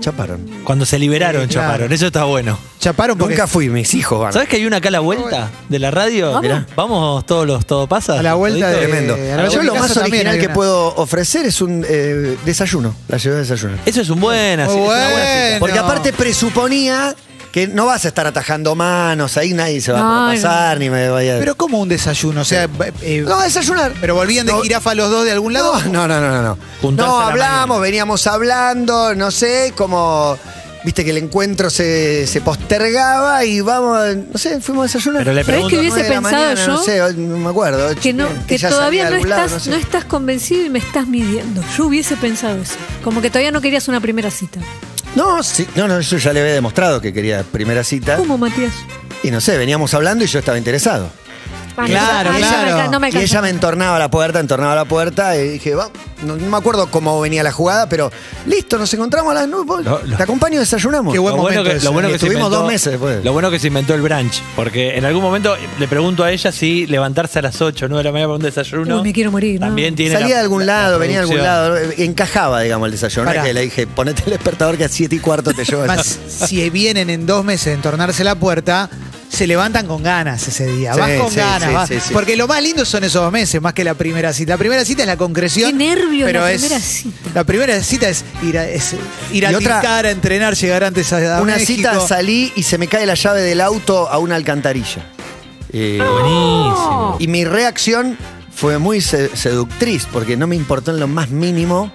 S2: Chaparon.
S5: Cuando se liberaron,
S3: Sí, claro.
S5: chaparon. Eso está bueno.
S3: chaparon porque
S2: Nunca fui, mis hijos van.
S5: ¿Sabes que hay una acá a la vuelta de la radio?
S4: Vamos.
S5: Mirá, Vamos todos los todo pasa.
S3: A la vuelta
S5: Todito.
S3: de-
S2: Tremendo.
S3: Eh, a la
S2: Yo
S3: vuelta
S2: lo
S3: de
S2: más
S3: casa también
S2: original
S3: hay
S2: que
S3: una.
S2: puedo ofrecer es un eh, desayuno. La llevé de desayuno.
S5: Eso es un buen así,
S3: Muy
S5: es una buena cita.
S3: bueno.
S2: Porque aparte presuponía que no vas a estar atajando manos, ahí nadie se va a
S4: Ay, no.
S2: pasar, ni me vaya
S3: Pero como un desayuno, o sea, eh,
S2: No, a desayunar.
S3: pero volvían de
S2: No.
S3: jirafa los dos de algún lado.
S2: No, no, no, no. No,
S5: Juntarse
S2: No,
S5: a la
S2: hablamos,
S5: mañana.
S2: veníamos hablando, no sé, como. Viste que el encuentro se, se postergaba y vamos, no sé, fuimos a desayunar.
S5: Pero le
S4: ¿Sabés
S5: pregunto.
S4: qué hubiese
S2: Nueve de la
S4: pensado
S2: mañana,
S4: yo?
S2: No sé, hoy no me acuerdo. ocho,
S4: Que, no,
S2: bien,
S4: que
S2: ya
S4: todavía
S2: salí
S4: no
S2: a algún lado,
S4: estás,
S2: sé.
S4: no estás convencido y me estás midiendo. Yo hubiese pensado eso. Como que todavía no querías una primera cita.
S2: ¿Eh? No, sí, no, no, yo ya le había demostrado que quería primera cita.
S4: ¿Cómo, Matías?
S2: Y no sé, veníamos hablando y yo estaba interesado.
S4: Ah,
S3: Claro,
S4: no, ah, ya me
S3: claro.
S4: alca- no me
S2: Y
S4: alcanza.
S2: ella me entornaba la puerta, entornaba la puerta y dije, va, no, no me acuerdo cómo venía la jugada, pero listo, nos encontramos a las nueve, vos,
S5: Lo- lo-
S2: te acompaño y desayunamos.
S3: Qué buen
S5: Lo bueno,
S3: momento
S5: que,
S3: ese.
S5: lo bueno
S2: Y
S5: que se
S2: estuvimos
S5: inventó-
S2: dos meses después.
S5: Lo bueno que se inventó el brunch. Porque en algún momento le pregunto a ella si levantarse a las 8 o 9 de la mañana para un desayuno.
S4: Uy, me quiero morir, ¿no?
S5: También tiene.
S2: Salía
S5: la-
S2: de algún
S5: la- la
S2: lado, venía de algún
S5: producción.
S2: lado, eh, encajaba, digamos, el desayuno. No es
S3: Pará.
S2: que le dije, ponete el despertador que a siete y cuarto te llevo.
S3: Más, si vienen en dos meses a entornarse la puerta, se levantan con ganas ese día.
S2: Sí,
S3: vas con
S2: sí,
S3: ganas.
S2: sí,
S3: vas-
S2: sí, sí.
S3: Porque lo más lindo son esos dos meses, más que la primera cita. La primera cita es la concreción.
S4: Qué nervios
S3: pero
S4: la
S3: es-
S4: primera cita.
S3: La primera cita es ir a, es ir a
S2: Y otra-
S3: tintar, a entrenar, llegar antes a, a
S2: Una
S3: México.
S2: cita salí y se me cae la llave del auto a una alcantarilla. Eh,
S5: Buenísimo.
S2: Y mi reacción fue muy se- seductriz, porque no me importó en lo más mínimo.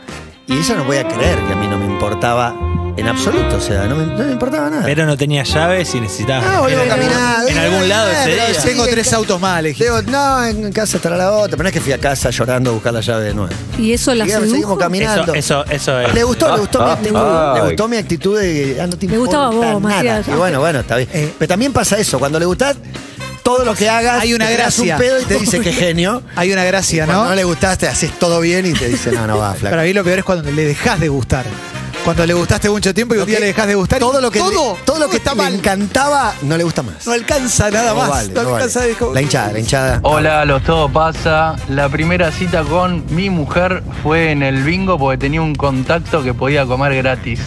S2: Y ella no podía creer que a mí no me importaba en absoluto, o sea, no me, no me importaba nada.
S5: Pero no tenía llaves y necesitaba.
S2: Ah, boludo,
S5: en,
S2: caminá,
S5: en
S2: eh,
S5: algún lado ese
S2: pero
S5: día.
S2: sí.
S3: Tengo tres autos más, le dije.
S2: Digo, no, en casa estará la otra. Pero no es que fui a casa llorando a buscar la llave de nuevo.
S4: Y eso la
S2: Seguimos-
S4: sedujo.
S2: seguimos caminando.
S5: Eso, eso, eso es.
S2: Le gustó, le gustó mi actitud. le gustó mi actitud de. ah, no te
S4: Le gustaba
S2: importa
S4: vos,
S2: nada.
S4: Matías.
S2: Y bueno, bueno, está bien.
S3: Eh.
S2: Pero también pasa eso, cuando le gustás, todo lo que hagas.
S3: Hay una
S2: te tiras
S3: gracia.
S2: un pedo y te *laughs* dice que
S3: *laughs*
S2: genio.
S3: Hay una gracia,
S2: Cuando
S3: ¿no?
S2: no le gustás, te haces todo bien y te dice, no, no va, flaco.
S3: Para mí lo peor es cuando le dejas de gustar. Cuando le gustaste mucho tiempo y un
S2: Lo
S3: día
S2: que-
S3: le dejas de gustar. y
S2: Todo lo que,
S3: todo,
S2: todo lo que
S3: está
S2: le
S3: mal.
S2: encantaba, no le gusta más.
S3: No alcanza nada
S2: No
S3: más.
S2: vale,
S3: no
S2: no vale.
S3: alcanza, es como-
S2: La hinchada, la hinchada.
S6: Hola, los todo pasa. La primera cita con mi mujer fue en el bingo porque tenía un contacto que podía comer gratis.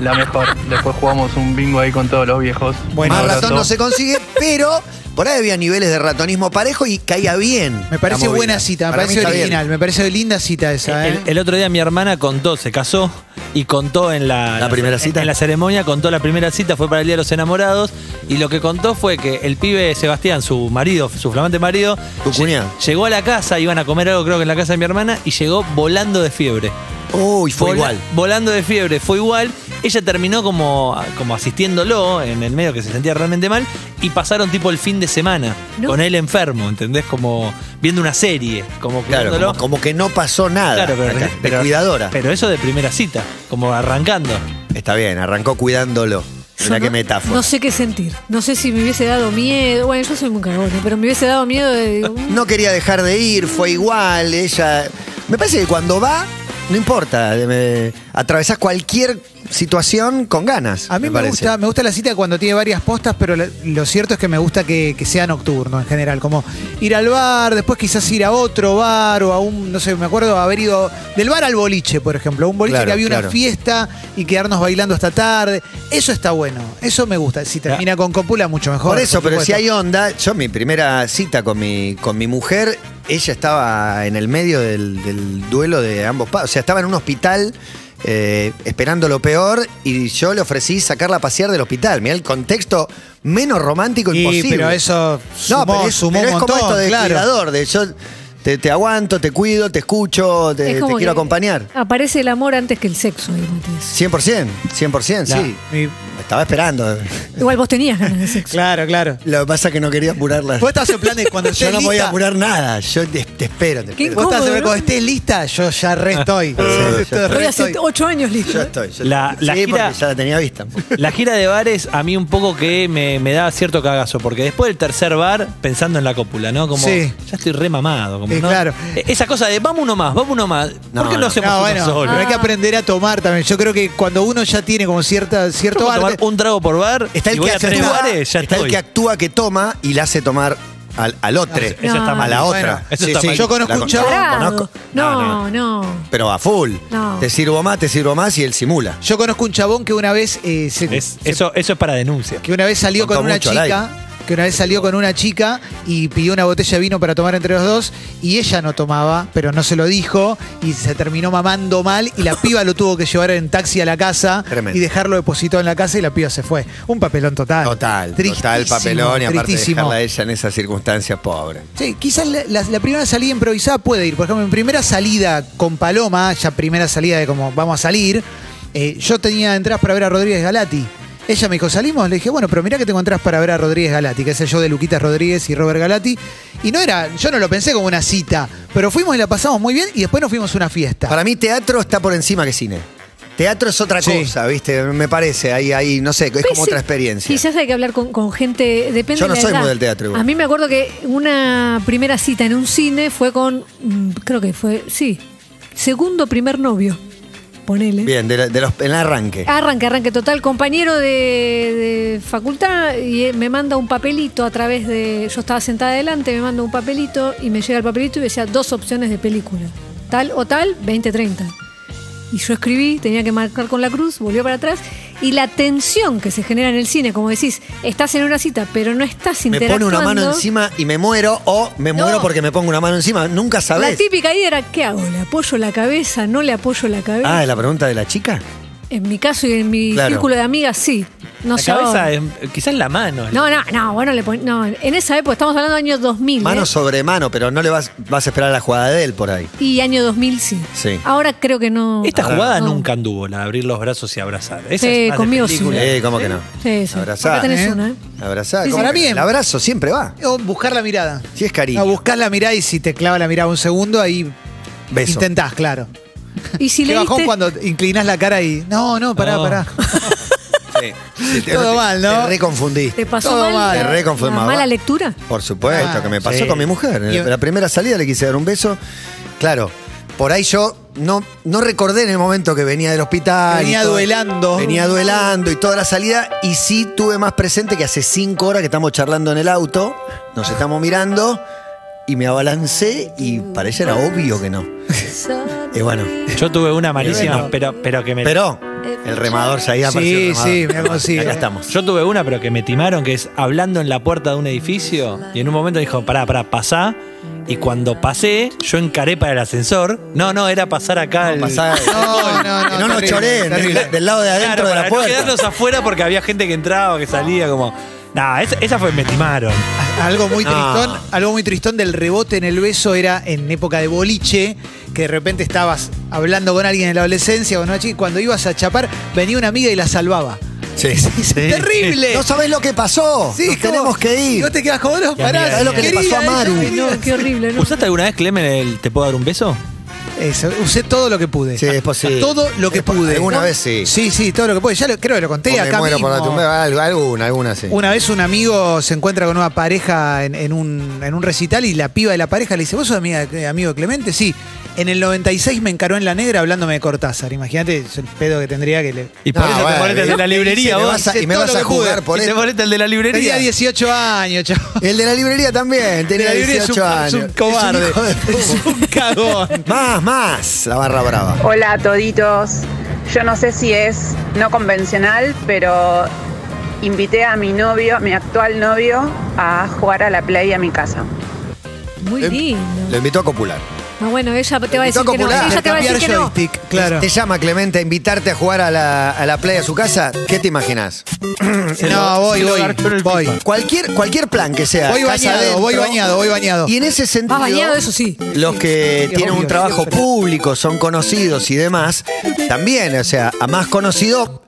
S6: La mejor. Después jugamos un bingo ahí con todos los viejos.
S3: Bueno,
S6: Un
S2: más
S6: abrazo.
S2: ratón no se consigue, pero por ahí había niveles de ratonismo parejo y caía bien.
S3: Me parece
S2: la movida.
S3: buena cita, me
S2: Para mí
S3: parece
S2: está bien.
S3: original, me parece linda cita esa, ¿eh?
S5: El, el otro día mi hermana contó, se casó y contó en la,
S2: ¿La primera
S5: en-
S2: cita?
S5: En, la ceremonia, contó la primera cita, fue para el Día de los Enamorados. Y lo que contó fue que el pibe Sebastián, su marido, su flamante marido,
S2: Tu
S5: lle-
S2: cuñado.
S5: llegó a la casa, iban a comer algo, creo que en la casa de mi hermana, y llegó volando de fiebre.
S2: Uy, fue
S5: Vola-
S2: igual.
S5: Volando de fiebre, fue igual. Ella terminó como, como asistiéndolo en el medio que se sentía realmente mal y pasaron tipo el fin de semana
S4: No.
S5: con él enfermo, ¿entendés? Como viendo una serie, como
S2: Claro,
S5: cuidándolo.
S2: como, como que no pasó nada.
S5: Claro, pero,
S2: acá, de
S5: pero-
S2: cuidadora.
S5: Pero eso de primera cita, como arrancando.
S2: Está bien, arrancó cuidándolo.
S4: Yo
S2: Mirá
S4: no-
S2: qué metáfora.
S4: No sé qué sentir. No sé si me hubiese dado miedo. Bueno, yo soy muy cagona, pero me hubiese dado miedo de.
S2: *laughs* No quería dejar de ir, fue igual, ella... Me parece que cuando va, no importa, eh, me- atravesás cualquier situación con ganas.
S3: A mí me,
S2: parece.
S3: gusta, me gusta la cita cuando tiene varias postas, pero la- lo cierto es que me gusta que, que sea nocturno en general, como ir al bar, después quizás ir a otro bar o a un, no sé, me acuerdo haber ido del bar al boliche, por ejemplo, un boliche
S2: Claro,
S3: que había
S2: claro.
S3: una fiesta y quedarnos bailando hasta tarde. Eso está bueno, eso me gusta. Si termina con copula, mucho mejor.
S2: Por eso, pero si
S3: supuesto.
S2: hay onda, yo mi primera cita con mi, con mi mujer, ella estaba en el medio del, del duelo de ambos padres. O sea, estaba en un hospital eh, esperando lo peor y yo le ofrecí sacarla a pasear del hospital. Mirá el contexto menos romántico
S3: Y,
S2: imposible.
S3: pero eso sumó,
S2: pero es,
S3: sumó
S2: pero
S3: un
S2: es como
S3: montón,
S2: esto de
S3: claro.
S2: cuidador, de yo te, te aguanto, te cuido, te escucho, te,
S4: Es
S2: Eh, te
S4: como
S2: quiero
S4: que
S2: acompañar.
S4: Aparece el amor antes que el sexo, ahí, Matías.
S2: 100%, 100%, sí.
S3: Y-
S2: Estaba esperando.
S4: Igual vos tenías ganas de sexo.
S3: claro, claro.
S2: Lo que pasa es que no quería apurarla.
S3: Vos estás en plan de
S2: *laughs*
S3: cuando
S2: Yo
S3: estés
S2: no
S3: lista,
S2: podía apurar nada. Yo te, te espero. Te
S4: ¿Qué
S2: espero.
S3: Vos estás en
S4: Cómodo,
S3: plan,
S4: ¿no?
S3: cuando estés lista, yo ya re
S2: *laughs* ya
S3: estoy.
S4: Voy
S3: Re
S4: hace
S3: estoy.
S4: ocho años listo.
S2: Yo estoy. yo
S5: La-
S2: estoy.
S5: la
S2: sí,
S5: gira-
S2: porque ya la tenía vista.
S5: La gira de bares a mí un poco que me, me da cierto cagazo, porque después del tercer bar, pensando en la cópula, ¿no? Como
S3: Sí.
S5: ya estoy re mamado. Como,
S3: Sí,
S5: ¿no?
S3: claro.
S5: Eh, Esa cosa de vamos uno más, vamos uno más.
S2: No,
S5: ¿Por qué no,
S2: no. Ah.
S5: hacemos
S3: No,
S5: uno
S3: bueno,
S5: solo?
S3: pero hay que aprender a tomar también. Yo creo que cuando uno ya tiene como cierta,
S5: Yo
S3: cierto
S5: puedo tomar
S3: arte,
S5: un trago por bar,
S2: Está el,
S5: y voy
S2: que
S5: a tres
S2: actúa,
S5: bares, ya
S2: está el
S5: estoy.
S2: que actúa que toma y la hace tomar al, al otro.
S5: Eso está
S4: No.
S5: mal.
S2: a la otra.
S3: Bueno,
S5: eso está mal.
S3: Yo conozco
S2: la
S3: un
S2: con-
S3: chabón-
S4: Tarado.
S2: No,
S4: No, no.
S2: Pero a full.
S4: No.
S2: Te sirvo más, te sirvo más y él simula.
S3: yo conozco un chabón que una vez eh, se-
S5: Es- eso, eso es para denuncia.
S3: que una vez salió
S2: Contó
S3: con una
S2: mucho al
S3: chica que una vez salió con una chica y pidió una botella de vino para tomar entre los dos y ella no tomaba, pero no se lo dijo y se terminó mamando mal
S2: *laughs*
S3: y la piba lo tuvo que llevar en taxi a la casa
S2: Tremendo.
S3: y dejarlo depositado en la casa y la piba se fue. Un papelón total.
S2: Total, total
S3: Tristísimo,
S2: papelón y aparte
S3: tristísimo.
S2: dejarla a ella en esas circunstancias pobre.
S3: Sí, quizás la, la- la primera salida improvisada puede ir. Por ejemplo, en primera salida con Paloma, ya primera salida de como vamos a salir, eh, yo tenía entradas para ver a Rodríguez Galati. Ella me dijo, salimos, le dije, bueno, pero mirá que tengo entradas para ver a Rodríguez Galati, que es el show de Luquitas Rodríguez y Robert Galati. Y no era, yo no lo pensé como una cita, pero fuimos y la pasamos muy bien y después nos fuimos a una fiesta.
S7: Para mí teatro está por encima que cine. Teatro es otra
S2: Sí.
S7: cosa.
S2: Cosa, ¿viste? Me parece, ahí, ahí, no sé, es
S4: Pues
S2: como
S4: sí,
S2: otra experiencia.
S4: Quizás hay que hablar con, con gente, depende
S2: Yo no
S4: de la
S2: soy
S4: edad.
S2: muy del teatro igual.
S4: A mí me acuerdo que una primera cita en un cine fue con, mm, creo que fue, sí, segundo primer novio, ponele.
S2: Bien, de, la- de los, en el arranque.
S4: Arranque, arranque total, compañero de, de facultad y eh, me manda un papelito a través de, yo estaba sentada adelante, me manda un papelito y me llega el papelito y decía dos opciones de película, tal o tal, 20-30. Y yo escribí, tenía que marcar con la cruz, volvió para atrás y la tensión que se genera en el cine, como decís, estás en una cita pero no estás
S2: Me pone
S4: interactuando.
S2: una mano encima y me muero, o me
S4: No.
S2: muero porque me pongo una mano encima. Nunca
S4: La
S2: sabés.
S4: típica ahí era, ¿qué hago? ¿Le apoyo la cabeza? ¿No le apoyo la cabeza?
S2: Ah, la pregunta de la chica.
S4: en mi caso y en mi
S2: Claro.
S4: círculo de amigas, sí. No
S5: la
S4: sé ahora.
S5: cabeza, es- quizás la mano.
S4: No, no, no, bueno, le pon- no, en esa época, estamos hablando de año 2000. ¿eh?
S2: Mano sobre mano, pero no le vas, vas a esperar la jugada de él por ahí.
S4: Y año 2000 sí.
S2: Sí.
S4: Ahora creo que no.
S5: Esta
S4: Ahora
S5: jugada
S4: no.
S5: nunca anduvo, la de abrir los brazos y abrazar. Esa
S4: Sí,
S5: es más de
S4: conmigo sí.
S5: película.
S2: Eh, ¿cómo que no?
S4: Sí, sí.
S2: Abrazá,
S4: Acá tenés
S2: ¿eh?
S4: una, ¿eh?
S2: Abrazar.
S3: Sí, sí. Para mí-
S2: El abrazo siempre va.
S3: O buscar la mirada.
S2: Si es cariño.
S3: No, buscar la mirada y si te clava la mirada un segundo, ahí
S2: Beso.
S3: intentás, claro.
S4: Y
S3: *laughs*
S4: si
S3: Qué
S4: le
S3: bajón
S4: diste.
S3: cuando inclinás la cara y. No, no, pará,
S5: No.
S3: pará.
S2: Sí. Sí, te-
S3: *laughs* Todo
S2: te-
S3: mal, ¿no?
S2: Te reconfundí.
S4: ¿Te pasó
S3: Todo
S4: mal?
S3: mal,
S4: la-
S2: te re confirmaba.
S4: la mala lectura?
S2: Por supuesto,
S3: Ah,
S2: que me pasó
S5: sí.
S2: con mi mujer. En
S3: Y-
S2: la- la primera salida le quise dar un beso. Claro, por ahí yo no, no recordé en el momento que venía del hospital. y
S3: Venía
S2: todo.
S3: duelando.
S2: Venía duelando y toda la salida. Y sí tuve más presente que hace cinco horas que estamos charlando en el auto, nos estamos mirando y me abalancé y para ella era obvio que no. Y bueno,
S5: Yo tuve una malísima,
S3: bueno.
S5: pero, pero que me.
S2: pero el remador ya ahí apareció. el
S3: Sí,
S2: remador.
S3: sí, me consigue.
S2: Acá estamos.
S5: Yo tuve una, pero que me timaron, que es hablando en la puerta de un edificio. Y en un momento dijo, pará, pará, pasá. Y cuando pasé, yo encaré para el ascensor. No, no, era pasar acá. el-
S2: Pasá- *laughs*
S3: No, no, no,
S2: que no nos
S3: terrible,
S2: choreen del,
S3: terrible.
S2: del lado de
S5: Claro,
S2: adentro de
S5: para
S2: la
S5: no
S2: puerta.
S5: quedarnos afuera porque había gente que entraba, que salía, como. Nah, esa, esa fue, me timaron.
S3: Algo muy
S2: No.
S3: tristón, algo muy tristón del rebote en el beso era en época de boliche, que de repente estabas hablando con alguien en la adolescencia o no, chica, y cuando ibas a chapar, venía una amiga y la salvaba. *laughs*
S2: Sí,
S3: ¡Terrible!
S2: No sabés lo que pasó.
S3: Sí,
S2: Nos
S3: como-
S2: tenemos que
S3: y
S2: ir.
S3: vos te quedás como no,
S5: Y amiga,
S3: pará.
S5: ¿sabés lo que le
S3: querida,
S2: pasó a
S3: ella
S2: Maru?
S4: Ay,
S3: quería.
S4: no, qué horrible, ¿no?
S5: ¿Usaste alguna vez, Clemen, el te puedo dar un beso?
S3: Eso, usé todo lo que pude.
S2: Sí, es posible.
S3: Todo lo que
S2: Es po-
S3: pude.
S2: alguna vez sí.
S3: Sí, sí, todo lo que pude. Ya lo- creo que lo conté
S2: O me
S3: acá
S2: muero
S3: mismo.
S2: por darte un beso, algo- Alguna, alguna sí.
S3: Una vez un amigo se encuentra con una pareja en, en un, en un recital y la piba de la pareja le dice, ¿vos sos amiga, de- eh, amigo de Clemente? Sí. En el 96 me encaró en la negra hablándome de Cortázar. Imagínate el pedo que tendría que le...
S5: Y por
S2: No,
S5: eso te
S2: bueno,
S5: ponete el de la
S2: y
S5: librería,
S2: se me
S5: vos.
S2: vas a- y me
S3: Todo
S2: vas
S3: lo
S2: a
S3: que pude.
S2: jugar por
S5: Y te
S2: esto.
S5: ponete el de la
S3: Tenía
S5: librería.
S3: 18 años, chavo.
S2: El de la librería también, *laughs* tenía
S3: La librería es
S2: 18
S3: un-
S2: años.
S3: es un cobarde.
S2: hijo de puta.
S3: *laughs* Es un cagón.
S2: Más, más, la barra brava.
S8: Hola toditos. Yo no sé si es no convencional, pero invité a mi novio, mi actual novio, a jugar a la play a mi casa.
S4: Muy
S2: Eh, Lo
S4: lindo.
S2: invitó a copular.
S4: Ah, bueno, ella te va a
S2: invitó
S4: decir
S2: a
S4: que no.
S2: copular,
S4: Ella te va a
S3: Cambiar
S4: decir que no.
S3: joystick, claro.
S2: Te llama Clemente a invitarte a jugar a la, a la playa a su casa. ¿Qué te
S3: *clears throat*
S2: imaginas?
S3: No, voy,
S5: se lo
S3: voy,
S5: garchó en el
S3: voy.
S2: Cualquier, cualquier plan que sea.
S3: Voy
S2: casa
S3: bañado,
S2: adentro.
S3: voy bañado, voy bañado.
S2: Y en ese sentido.
S4: Vas bañado, eso sí.
S2: Los que
S3: Sí,
S2: tienen
S3: obvio,
S2: un trabajo
S3: siempre.
S2: público, son conocidos y demás, también, o sea, a más conocido,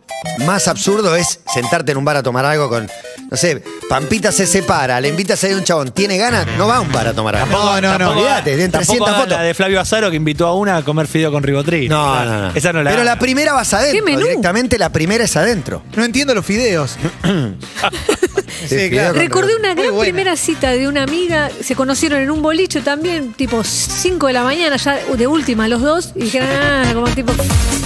S2: más absurdo es sentarte en un bar a tomar algo con, no sé, Pampita se separa, le invitas a ir a un chabón, tiene ganas, no va a un bar a tomar algo.
S3: No, no, no.
S5: Tampoco-
S2: Olvídate, de entre
S5: tampoco
S2: 300
S5: hagan
S2: fotos.
S5: La de Flavio Azaro que invitó a una a comer fideo con ribotril.
S2: No,
S5: Esa-
S2: no, no.
S5: Esa no la.
S2: Pero la primera vas adentro.
S4: menú?
S2: Directamente la primera es adentro.
S3: No entiendo los fideos.
S2: Sí, claro.
S4: Recordé una
S3: Muy
S4: gran
S3: buena.
S4: primera cita de una amiga, se conocieron en un boliche también, tipo 5 de la mañana, ya de última los dos, y dijeron, ah, como tipo,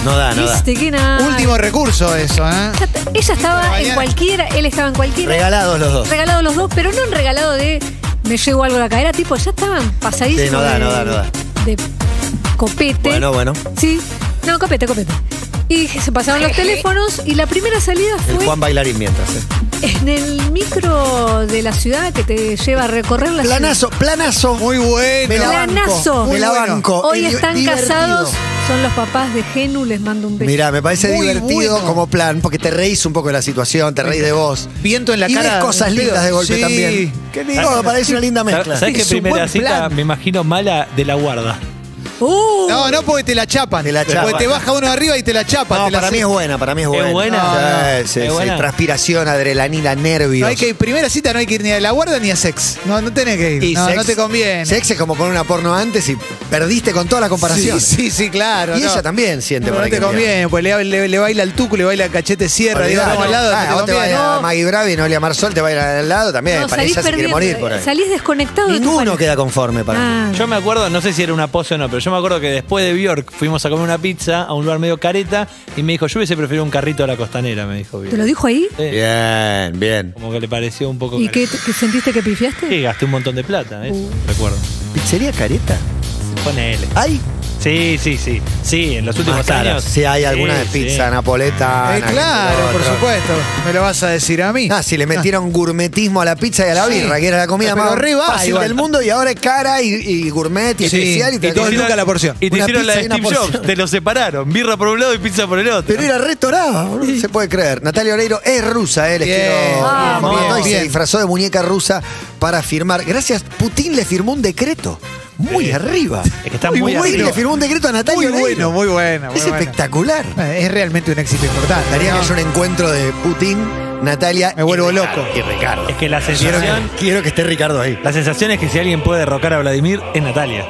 S2: No da, no da.
S4: viste, que nada.
S3: Último recurso eso, ¿eh?
S4: Ya está- Ella estaba en
S3: Mañana.
S4: cualquiera, él estaba en cualquiera.
S2: Regalados los dos.
S4: Regalado los dos, pero no un regalado de me llevo algo a la cadera, tipo, ya estaban pasadísimos.
S2: Sí, no da,
S4: de,
S2: no da, no da.
S4: de copete.
S2: Bueno, bueno.
S4: Sí. No, copete, copete. Y se pasaron los teléfonos y la primera salida
S2: El
S4: fue
S2: Juan bailarín mientras. eh.
S4: en el micro de la ciudad que te lleva a recorrer la ciudad.
S9: Planazo, planazo. Muy bueno.
S4: Planazo.
S9: Me la
S2: Muy bueno.
S9: banco.
S4: Hoy
S9: Es di-
S4: están
S9: divertido.
S4: casados, son los papás de Genu, les mando un beso.
S2: Mirá, me parece
S9: Muy
S2: divertido
S9: bueno.
S2: como plan, porque te reís un poco de la situación, te reís de vos.
S3: Viento en la
S2: y
S3: cara.
S2: ves cosas
S3: un pedo.
S2: lindas de golpe
S3: Sí.
S2: también. Qué lindo, parece una linda mezcla.
S5: ¿Sabes qué
S3: Es un
S5: primera
S3: buen
S5: cita
S3: plan.
S5: me imagino mala de la guarda?
S4: Uh,
S3: No, no porque te la chapan.
S2: Te la
S3: Porque
S2: chapan.
S3: te baja uno arriba y te la chapan.
S2: No,
S3: te la
S2: para
S3: hace-
S2: mí es buena, para mí es buena.
S5: buena?
S2: Sí, sí,
S5: ¿Es
S2: sí.
S5: buena?
S2: Transpiración, adrenalina, nervios.
S3: No hay que ir- primera cita no hay que ir ni a la guarda ni a sex. No, no tenés que ir.
S2: Y
S3: no,
S2: sex-
S3: no te conviene.
S2: Sex es como poner una porno antes y perdiste con toda la comparación.
S3: Sí, *laughs* sí, sí, claro.
S2: Y
S3: no.
S2: ella también siente
S3: No,
S2: por
S3: no
S2: ahí
S3: te
S2: que
S3: conviene, pues le, le- le baila el tuco, le baila el cachete sierra,
S2: Olvidate,
S3: digo, vamos al lado,
S2: Ah,
S3: no
S2: vos
S3: te
S2: te
S3: conviene.
S2: baila
S4: No.
S2: Maggie Bravi, Noelia Marsol, te baila al lado también.
S4: no,
S2: eh, para
S4: salís
S2: ella se quiere
S4: perdiendo,
S2: morir por ahí.
S4: salís desconectado de tu
S2: Ninguno
S4: pareja.
S2: queda conforme para mí.
S4: Ah,
S5: Yo me acuerdo, no sé si era una pose o no, pero yo me acuerdo que después de Bjork fuimos a comer una pizza a un lugar medio careta y me dijo, yo hubiese preferido un carrito a la costanera, me dijo. Bjork.
S4: ¿Te lo dijo ahí?
S5: Sí.
S2: Bien, bien.
S5: Como que le pareció un poco...
S4: ¿Y
S5: careta.
S4: qué, que sentiste que pifiaste?
S5: Sí, gasté un montón de plata, eso, recuerdo.
S2: ¿Pizzería careta?
S5: Ponele.
S2: ¿Hay?
S5: Sí, sí, sí. Sí, en los últimos
S2: Más caras.
S5: años.
S2: Si Ah, hay alguna de
S5: Sí, sí.
S2: pizza napoletana.
S3: Eh,
S2: que
S3: claro,
S2: esto,
S3: por
S2: otro.
S3: supuesto. Me lo vas a decir a mí.
S2: Ah, si le metieron gourmetismo a la pizza y a la
S3: Sí.
S2: birra, que era la comida
S3: Pero
S2: más
S3: re va,
S2: fácil
S3: igual.
S2: del mundo y ahora es cara y, y gourmet y
S3: Sí.
S2: especial y,
S3: Y todo
S5: te
S3: el
S5: hicieron-
S3: lucas la porción.
S5: Y te
S2: Una
S5: hicieron la
S2: pizza
S5: de
S2: y una
S5: Steve Jobs.
S2: porción.
S5: Te lo separaron. Birra por un lado y pizza por el otro.
S2: Pero era re torada, boludo, no se puede creer. Natalia Oreiro es rusa, eh, les
S3: Bien,
S2: quiero
S3: vamos,
S2: informar, ¿no? Y
S3: bien.
S2: se disfrazó de muñeca rusa para firmar. Gracias, Putin le firmó un decreto. Muy arriba.
S5: Es que está muy
S2: Putin
S5: arriba.
S2: le firmó un decreto a
S3: muy
S2: Natalia Oreiro.
S3: bueno, muy bueno. muy
S2: es
S3: bueno.
S2: espectacular.
S3: Eh, Es realmente un éxito importante.
S2: Daría
S3: ¿no?
S2: que haya un encuentro de Putin, Natalia.
S3: Me vuelvo loco.
S2: Y Ricardo.
S5: Es que la
S2: Quiero que,
S5: sensación,
S2: quiero que esté Ricardo ahí.
S5: la sensación es que si alguien puede derrocar a Vladimir, es Natalia.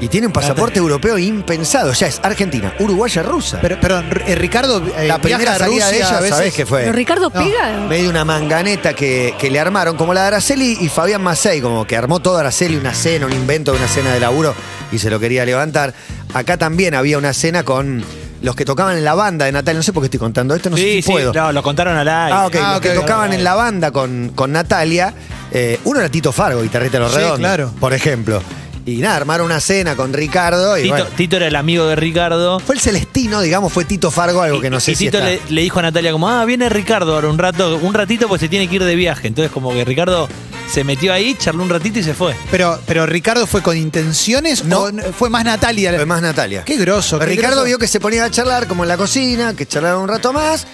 S2: Y tiene un pasaporte europeo impensado. Ya es Argentina, Uruguaya, rusa.
S3: Pero, perdón, R- eh, Ricardo. eh,
S2: la
S3: viaja
S2: primera
S3: a
S2: salida de
S3: Rusia
S2: ella,
S3: a veces.
S2: ¿sabés qué
S4: ¿Pero
S2: fue?
S4: Ricardo pega?
S2: Medio una manganeta que, que le armaron, como la de Araceli y Fabián Macei, como que armó toda Araceli una cena, un invento de una cena de laburo y se lo quería levantar. Acá también había una cena con los que tocaban en la banda de Natalia. No sé por qué estoy contando esto, no sé si
S5: sí, sí.
S2: puedo.
S5: No, lo contaron al aire.
S2: Ah, ok,
S3: Ah,
S2: los
S3: ok,
S2: que
S3: ok.
S2: tocaban en la banda con, con Natalia. eh, uno era Tito Fargo, guitarrista de los
S3: Sí,
S2: Redondos,
S3: claro.
S2: por ejemplo. Y nada, armaron una cena con Ricardo y
S5: Tito,
S2: bueno.
S5: Tito era el amigo de Ricardo.
S2: Fue el Celestino, digamos, fue Tito Fargo, algo que no
S5: Y-
S2: sé
S5: y
S2: si
S5: Tito
S2: está.
S5: le, le dijo a Natalia como, ah, viene Ricardo ahora un rato, un ratito pues se tiene que ir de viaje. Entonces como que Ricardo se metió ahí, charló un ratito y se fue.
S3: Pero, pero Ricardo fue con intenciones
S2: No.
S3: o n- fue más Natalia.
S2: Fue más Natalia.
S3: Qué grosso. qué
S2: Ricardo
S3: grosso.
S2: vio que se ponía a charlar como en la cocina, que charlaron un rato más,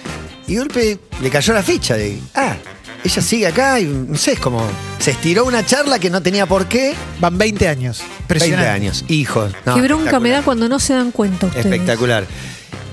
S2: y de golpe le cayó la ficha de, ah, ella sigue acá y no sé, es como, se estiró una charla que no tenía por qué.
S3: Van 20 años.
S2: 20
S3: Impresionante.
S2: años, hijos. No,
S4: Qué bronca me da
S2: espectacular.
S4: cuando no se dan cuenta ustedes.
S2: Espectacular.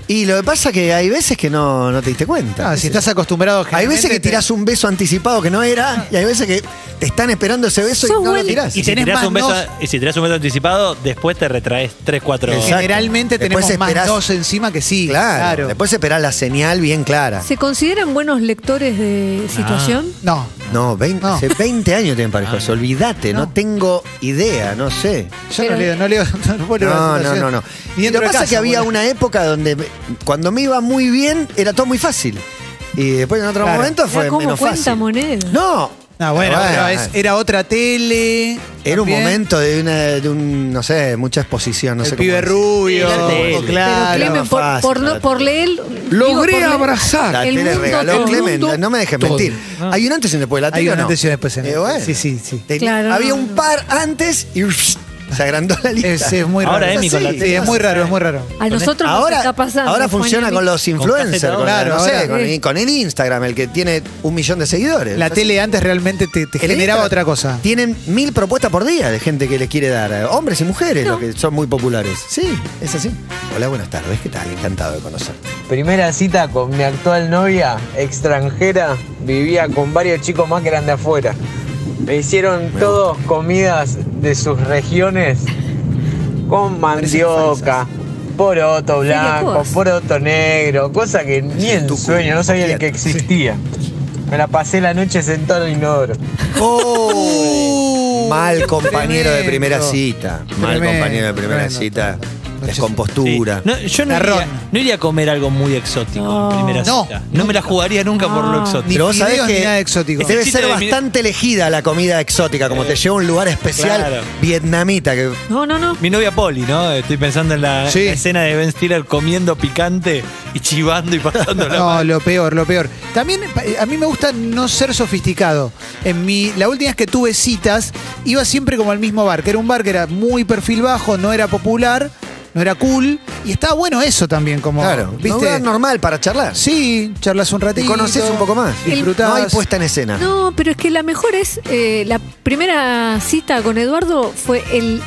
S2: Y lo que pasa es que hay veces que no, no te diste cuenta.
S3: Ah, si estás acostumbrado
S2: hay veces que
S3: generalmente te-
S2: tirás un beso anticipado que no era, y hay veces que te están esperando ese beso y
S4: Sos
S2: no lo
S4: buen-
S2: tirás.
S5: Y, si
S3: tenés
S5: tirás
S3: más
S5: un beso,
S3: nos-
S5: y si tirás un beso anticipado, después te retraes 3, 4
S2: Exacto.
S3: Generalmente
S2: Después
S3: tenemos más
S2: esperás-
S3: dos encima que sí.
S2: Claro,
S3: Claro.
S2: Después esperás la señal bien clara.
S4: ¿Se consideran buenos lectores
S2: Ah.
S4: de situación?
S3: Ah. No.
S2: No, 20,
S3: No. Ah,
S2: hace 20 años tienen pareja. Olvídate, no.
S3: No.
S2: tengo idea, no sé.
S3: Yo
S4: Pero-
S3: no leo, no leo. *laughs* No, puedo leer
S2: No,
S3: la
S2: no,
S3: situación.
S2: no, no.
S3: Ni
S2: Y lo
S3: dentro
S2: que pasa
S3: de
S2: es
S3: casa,
S2: que había
S3: boludo.
S2: una época donde me- cuando me iba muy bien era todo muy fácil. Y después en otro
S3: Claro.
S2: momento fue
S4: Mirá cómo
S2: menos
S4: cuenta
S2: fácil.
S4: moneda.
S2: No.
S3: Ah, bueno,
S2: Pero
S3: pero es- era otra tele.
S2: era un
S3: también.
S2: momento de, una, de un, no sé, mucha exposición, no
S3: El
S2: sé cómo
S3: pibe
S2: decir.
S3: rubio.
S5: La tele.
S4: Pero
S3: claro.
S4: Clemen,
S2: más
S4: por,
S2: fácil,
S4: por no-
S2: la
S4: por leer.
S10: Logré
S4: digo, por leer-
S10: abrazar.
S2: La
S4: el
S2: tele
S4: mundo
S2: regaló
S4: todo.
S2: Clemen,
S10: mundo
S2: no me dejes
S10: todo.
S2: mentir. Hay un antes y un después de la tele.
S3: Hay
S2: ¿o
S3: un
S2: no?
S3: antes y un después en el-
S2: Eh, bueno.
S3: Sí, sí, sí.
S2: Ten-
S4: Claro,
S2: había
S4: no,
S2: un
S4: no.
S2: par antes y se agrandó la lista.
S3: Es, es muy raro.
S5: Ahora Emi
S3: sí,
S5: con la tele.
S3: es muy raro, es muy raro.
S4: A nosotros nos
S2: ahora,
S4: está pasando.
S2: ahora
S4: Juan
S2: funciona
S4: Emi.
S2: con los influencers,
S5: Con
S2: con, la-
S3: Claro,
S2: no sé,
S3: ahora.
S2: con, el, con el Instagram, el que tiene un millón de seguidores.
S3: La
S2: Así.
S3: tele antes realmente te, te
S2: El
S3: generaba
S2: Instagram
S3: otra cosa.
S2: Tienen mil propuestas por día de gente que les quiere dar, eh, hombres y mujeres, los que son muy populares. Sí, es así. Hola, buenas tardes, ¿qué tal? Encantado de conocerte.
S8: Primera cita con mi actual novia, extranjera, vivía con varios chicos más que eran de afuera. Me hicieron todos comidas de sus regiones con mandioca, poroto blanco,
S4: Cosas.
S8: poroto negro, cosa que ni en
S2: tucu,
S8: sueño, no sabía ni
S2: quieto,
S8: que existía. Me la pasé la noche sentado en el inodoro.
S2: Mal compañero de
S3: Tremendo.
S2: primera cita. *laughs* Mal
S3: Oh, Tremendo,
S2: compañero de primera
S3: tremendo,
S2: cita.
S3: tremendo.
S2: Descompostura.
S5: Sí. No, yo no
S3: Garrón.
S5: iría, no iría a comer algo muy exótico
S4: No.
S5: en primera
S3: No.
S5: cita. No, me la jugaría nunca por lo
S4: No.
S5: exótico.
S3: Ni
S2: Pero vos sabés
S3: fideos
S2: que
S3: ni nada exótico.
S2: debe
S5: Chiste
S2: ser
S5: de mi-
S2: bastante elegida la comida exótica, como
S4: Eh,
S2: te lleva a un lugar especial
S5: Claro.
S2: vietnamita. Que,
S4: No, no, no.
S5: Mi novia Poli, ¿no? Estoy pensando en la,
S3: Sí.
S5: en la escena de Ben Stiller comiendo picante y chivando y pasando
S2: *laughs*
S5: la
S3: No, lo peor, lo peor. También pa- eh, a mí me gusta no ser sofisticado. En mi, la última vez que tuve citas, iba siempre como al mismo bar, que era un bar que era muy perfil bajo, no era popular, no era cool, y estaba bueno eso también, como,
S2: claro, un
S3: ¿viste?
S2: lugar normal para charlar.
S3: Sí, charlas un ratito.
S2: Te conoces un poco más.
S4: El-
S3: Disfrutás. Ah,
S2: No hay puesta en escena.
S4: No, pero es que la mejor es. eh, la primera cita con Eduardo fue el.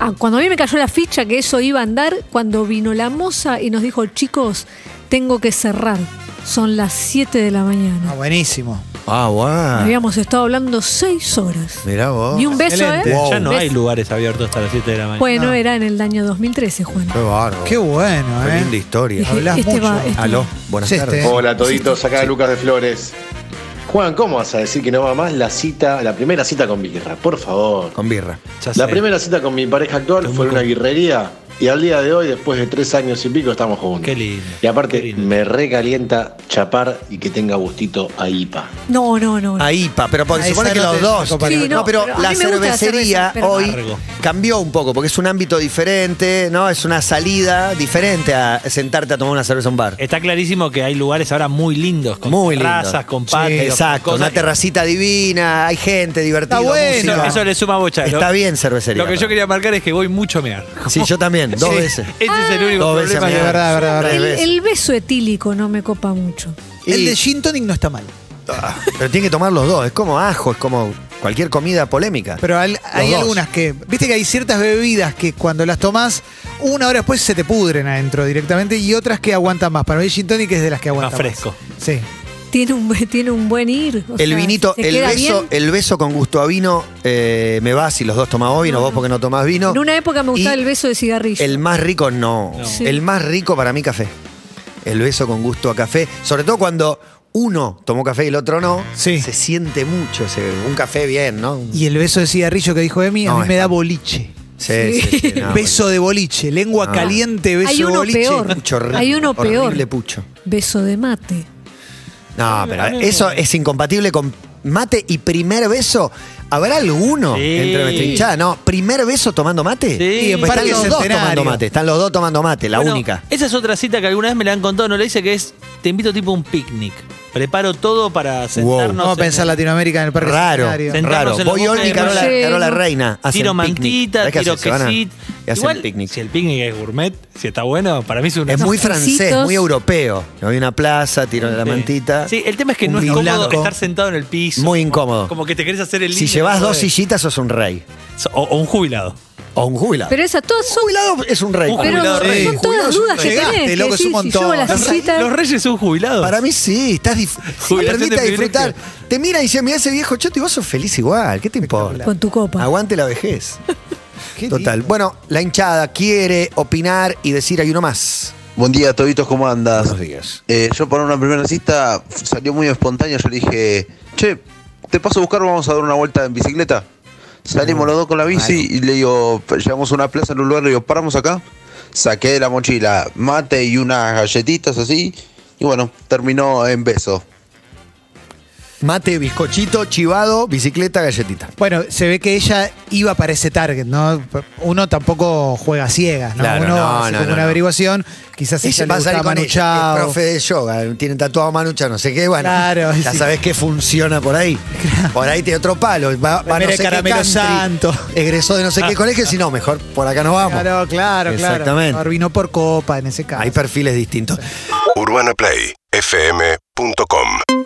S4: ah, cuando a mí me cayó la ficha que eso iba a andar, cuando vino la moza y nos dijo, chicos, tengo que cerrar. Son las 7 de la
S3: Ah,
S4: mañana.
S3: buenísimo.
S2: Ah, guau.
S4: Habíamos estado hablando 6 horas.
S2: Mirá vos.
S4: Y un beso,
S3: Excelente.
S4: ¿eh?
S2: Oh.
S5: Wow. Ya no
S4: ¿Ves? Pues,
S5: hay lugares abiertos hasta las 7 de la mañana.
S4: Bueno, era en el año 2013, Juan.
S2: Qué bárbaro.
S3: Qué bueno,
S2: Qué
S3: ¿eh?
S2: linda historia.
S3: Hablás
S4: Este
S3: mucho.
S4: va- este-
S2: Aló, buenas
S3: Sí,
S2: tardes.
S3: este.
S11: Hola toditos, acá Lucas de Flores. Juan, ¿cómo vas a decir que no va más la cita, la primera cita con birra? Por favor.
S2: Con birra.
S5: Ya
S11: La
S5: sé.
S11: primera cita con mi pareja actual fue en una birrería y al día de hoy, después de tres años y pico, estamos juntos.
S5: Qué lindo,
S11: Y
S5: qué
S11: aparte,
S5: lindo.
S11: me recalienta chapar y que tenga gustito a IPA.
S4: No, no, no. no.
S2: A IPA, pero porque
S3: A
S2: se supone
S3: esa
S2: que
S3: no
S2: los
S3: te-
S2: dos.
S3: Sí,
S2: tienen-
S4: no,
S2: pero,
S4: pero a
S2: la
S4: mí me gusta la
S2: cervecería
S4: cerveza, pero
S2: hoy
S5: largo.
S2: cambió un poco, porque es un ámbito diferente, ¿no? Es una salida diferente a sentarte a tomar una cerveza en un bar.
S5: Está clarísimo que hay lugares ahora muy lindos, con
S2: Muy lindo.
S5: terrazas, con
S2: Sí,
S5: patios. con
S2: exacto,
S5: cosas.
S2: una terracita divina, hay gente divertida.
S3: Está bueno,
S5: Eso,
S2: música.
S5: eso le suma bocha. ¿no?
S2: Está bien cervecería.
S5: Lo que yo quería marcar es que voy mucho a mear.
S2: Sí, yo también, dos
S5: Sí,
S2: veces.
S5: Ese es *laughs* el único
S2: Dos veces
S5: problema.
S2: a
S5: que-
S2: mear.
S3: verdad, verdad, verdad.
S2: Tres
S4: el,
S2: veces.
S4: el beso etílico no me copa mucho.
S3: El
S2: Y-
S3: de Gin Tonic no está mal.
S2: Ah, Pero tienen que tomar los dos, es como ajo, es como cualquier comida polémica.
S3: Pero al- hay
S2: dos.
S3: algunas que. Viste que hay ciertas bebidas que cuando las tomás, una hora después se te pudren adentro directamente y otras que aguantan más. Para mí, el Gin Tonic es de las que aguantan más.
S5: fresco.
S3: Sí.
S4: Tiene un, buen- tiene un buen ir. o
S2: el
S4: sea,
S2: vinito,
S4: se
S2: el
S4: queda
S2: beso,
S4: bien.
S2: el beso con gusto a vino, eh, me va si los dos tomás vino, vos porque no tomás vino.
S4: En una época me gustaba
S2: Y
S4: el beso de cigarrillo.
S2: El más rico no.
S5: No.
S4: Sí.
S2: El más rico para mí café. El beso con gusto a café. Sobre todo cuando uno tomó café y el otro no.
S3: Sí.
S2: Se siente mucho ese- un café bien, ¿no?
S3: Y el beso de cigarrillo que dijo Emi,
S2: No,
S3: a mí me
S2: es-
S3: da boliche.
S2: Sí, sí, sí, no,
S3: *laughs*
S2: Ah.
S3: beso de boliche, lengua
S2: No.
S3: caliente, beso
S4: Hay uno
S3: boliche.
S4: peor.
S2: Pucho horrible,
S4: Hay uno peor.
S2: horrible pucho.
S4: Beso de mate.
S2: No, pero eso es incompatible con mate y primer beso. ¿Habrá alguno
S5: Sí.
S2: entre nuestra hinchada? No, primer beso tomando mate.
S5: Sí.
S2: Pues están
S3: Parque
S2: los dos
S3: Centenario.
S2: tomando mate. Están los dos tomando mate, la
S5: Bueno,
S2: única.
S5: Esa es otra cita que alguna vez me la han contado, no le dice que es te invito tipo a un picnic. Preparo todo para sentarnos.
S3: Vamos a
S5: en-
S3: pensar Latinoamérica en el parque.
S2: Raro,
S3: Centenario.
S5: Sentarnos
S2: raro.
S5: en la
S2: Voy
S5: boca
S2: Olmi
S5: de
S2: y Carola,
S4: Rosero.
S2: Carola Reina. Ah, Hacen
S5: Tiro
S2: picnic.
S5: mantita,
S2: ¿Sabés qué
S5: tiro
S2: hacen? Se van a-
S5: quesito.
S2: y hacen
S5: Igual,
S2: picnic.
S5: Si el picnic es gourmet, si está bueno, para mí es un
S2: Es muy
S4: Unos
S2: francés,
S4: pancitos.
S2: muy europeo. Hay una plaza, tiro la mantita.
S5: Sí, el tema es que
S2: Un
S5: no es
S2: vino
S5: cómodo
S2: blanco.
S5: estar sentado en el piso.
S2: Muy
S5: Como-
S2: incómodo.
S5: Como, que te querés hacer el
S2: Si
S5: lindo,
S2: llevas
S5: ¿no?
S2: dos sillitas, sos un rey.
S5: O, o un jubilado.
S2: O un jubilado.
S4: Pero esas todas son.
S2: jubilado es un rey.
S5: Un
S4: Pero
S5: jubilado rey.
S4: son
S3: Jubilado
S4: todas
S3: es un
S4: dudas que
S3: rey. Llegaste,
S4: tenés. que
S3: loco, es un
S4: decís, si
S3: montón.
S4: llevo a la
S3: Los
S5: Los,
S4: cita-
S5: los reyes son jubilados.
S2: Para mí sí, estás dif- si me
S5: Jubilación de
S2: permite disfrutar.
S5: privilegio.
S2: Te mira y dice, mira ese viejo choto y vos sos feliz igual. ¿Qué te importa?
S4: Con tu copa.
S2: Aguante la vejez.
S3: *laughs* Qué
S2: Total.
S3: lindo.
S2: Bueno, la hinchada quiere opinar y decir hay uno más.
S12: Buen día, Toditos, ¿cómo andas?
S2: Buenos días.
S12: Eh, yo para una primera cita f- salió muy espontáneo, yo le dije, che, te paso a buscar, vamos a dar una vuelta en bicicleta. Salimos los dos con la bici y le digo, p- llegamos a una plaza en un lugar, le digo, paramos acá. Saqué de la mochila mate y unas galletitas así y bueno, terminó en beso.
S2: Mate, bizcochito, chivado, bicicleta, galletita.
S3: Bueno, se ve que ella iba para ese target, ¿no? Uno tampoco juega a ciegas, ¿no?
S2: Claro,
S3: Uno
S2: no,
S3: hace
S2: no,
S3: como
S2: no,
S3: una
S2: no.
S3: averiguación, quizás
S2: Sí,
S3: ella le
S2: va a salir
S3: gustaba
S2: con
S3: Manu
S2: el, el
S3: Chao.
S2: profe de yoga, tiene tatuado Manu Chao, no sé qué, bueno,
S3: Claro,
S2: ya
S3: sí.
S2: sabes que funciona por ahí. Por ahí tiene otro palo, va, va a no
S3: Remera de
S2: sé qué
S3: Caramelo
S2: country,
S3: Santo.
S2: egresó de no
S3: *laughs*
S2: sé qué colegio, si no, mejor por acá nos vamos.
S3: Ah, Claro, claro,
S2: Exactamente.
S3: claro. Arruinó por copa en ese caso.
S2: Hay perfiles distintos.
S13: UrbanaPlayFM.com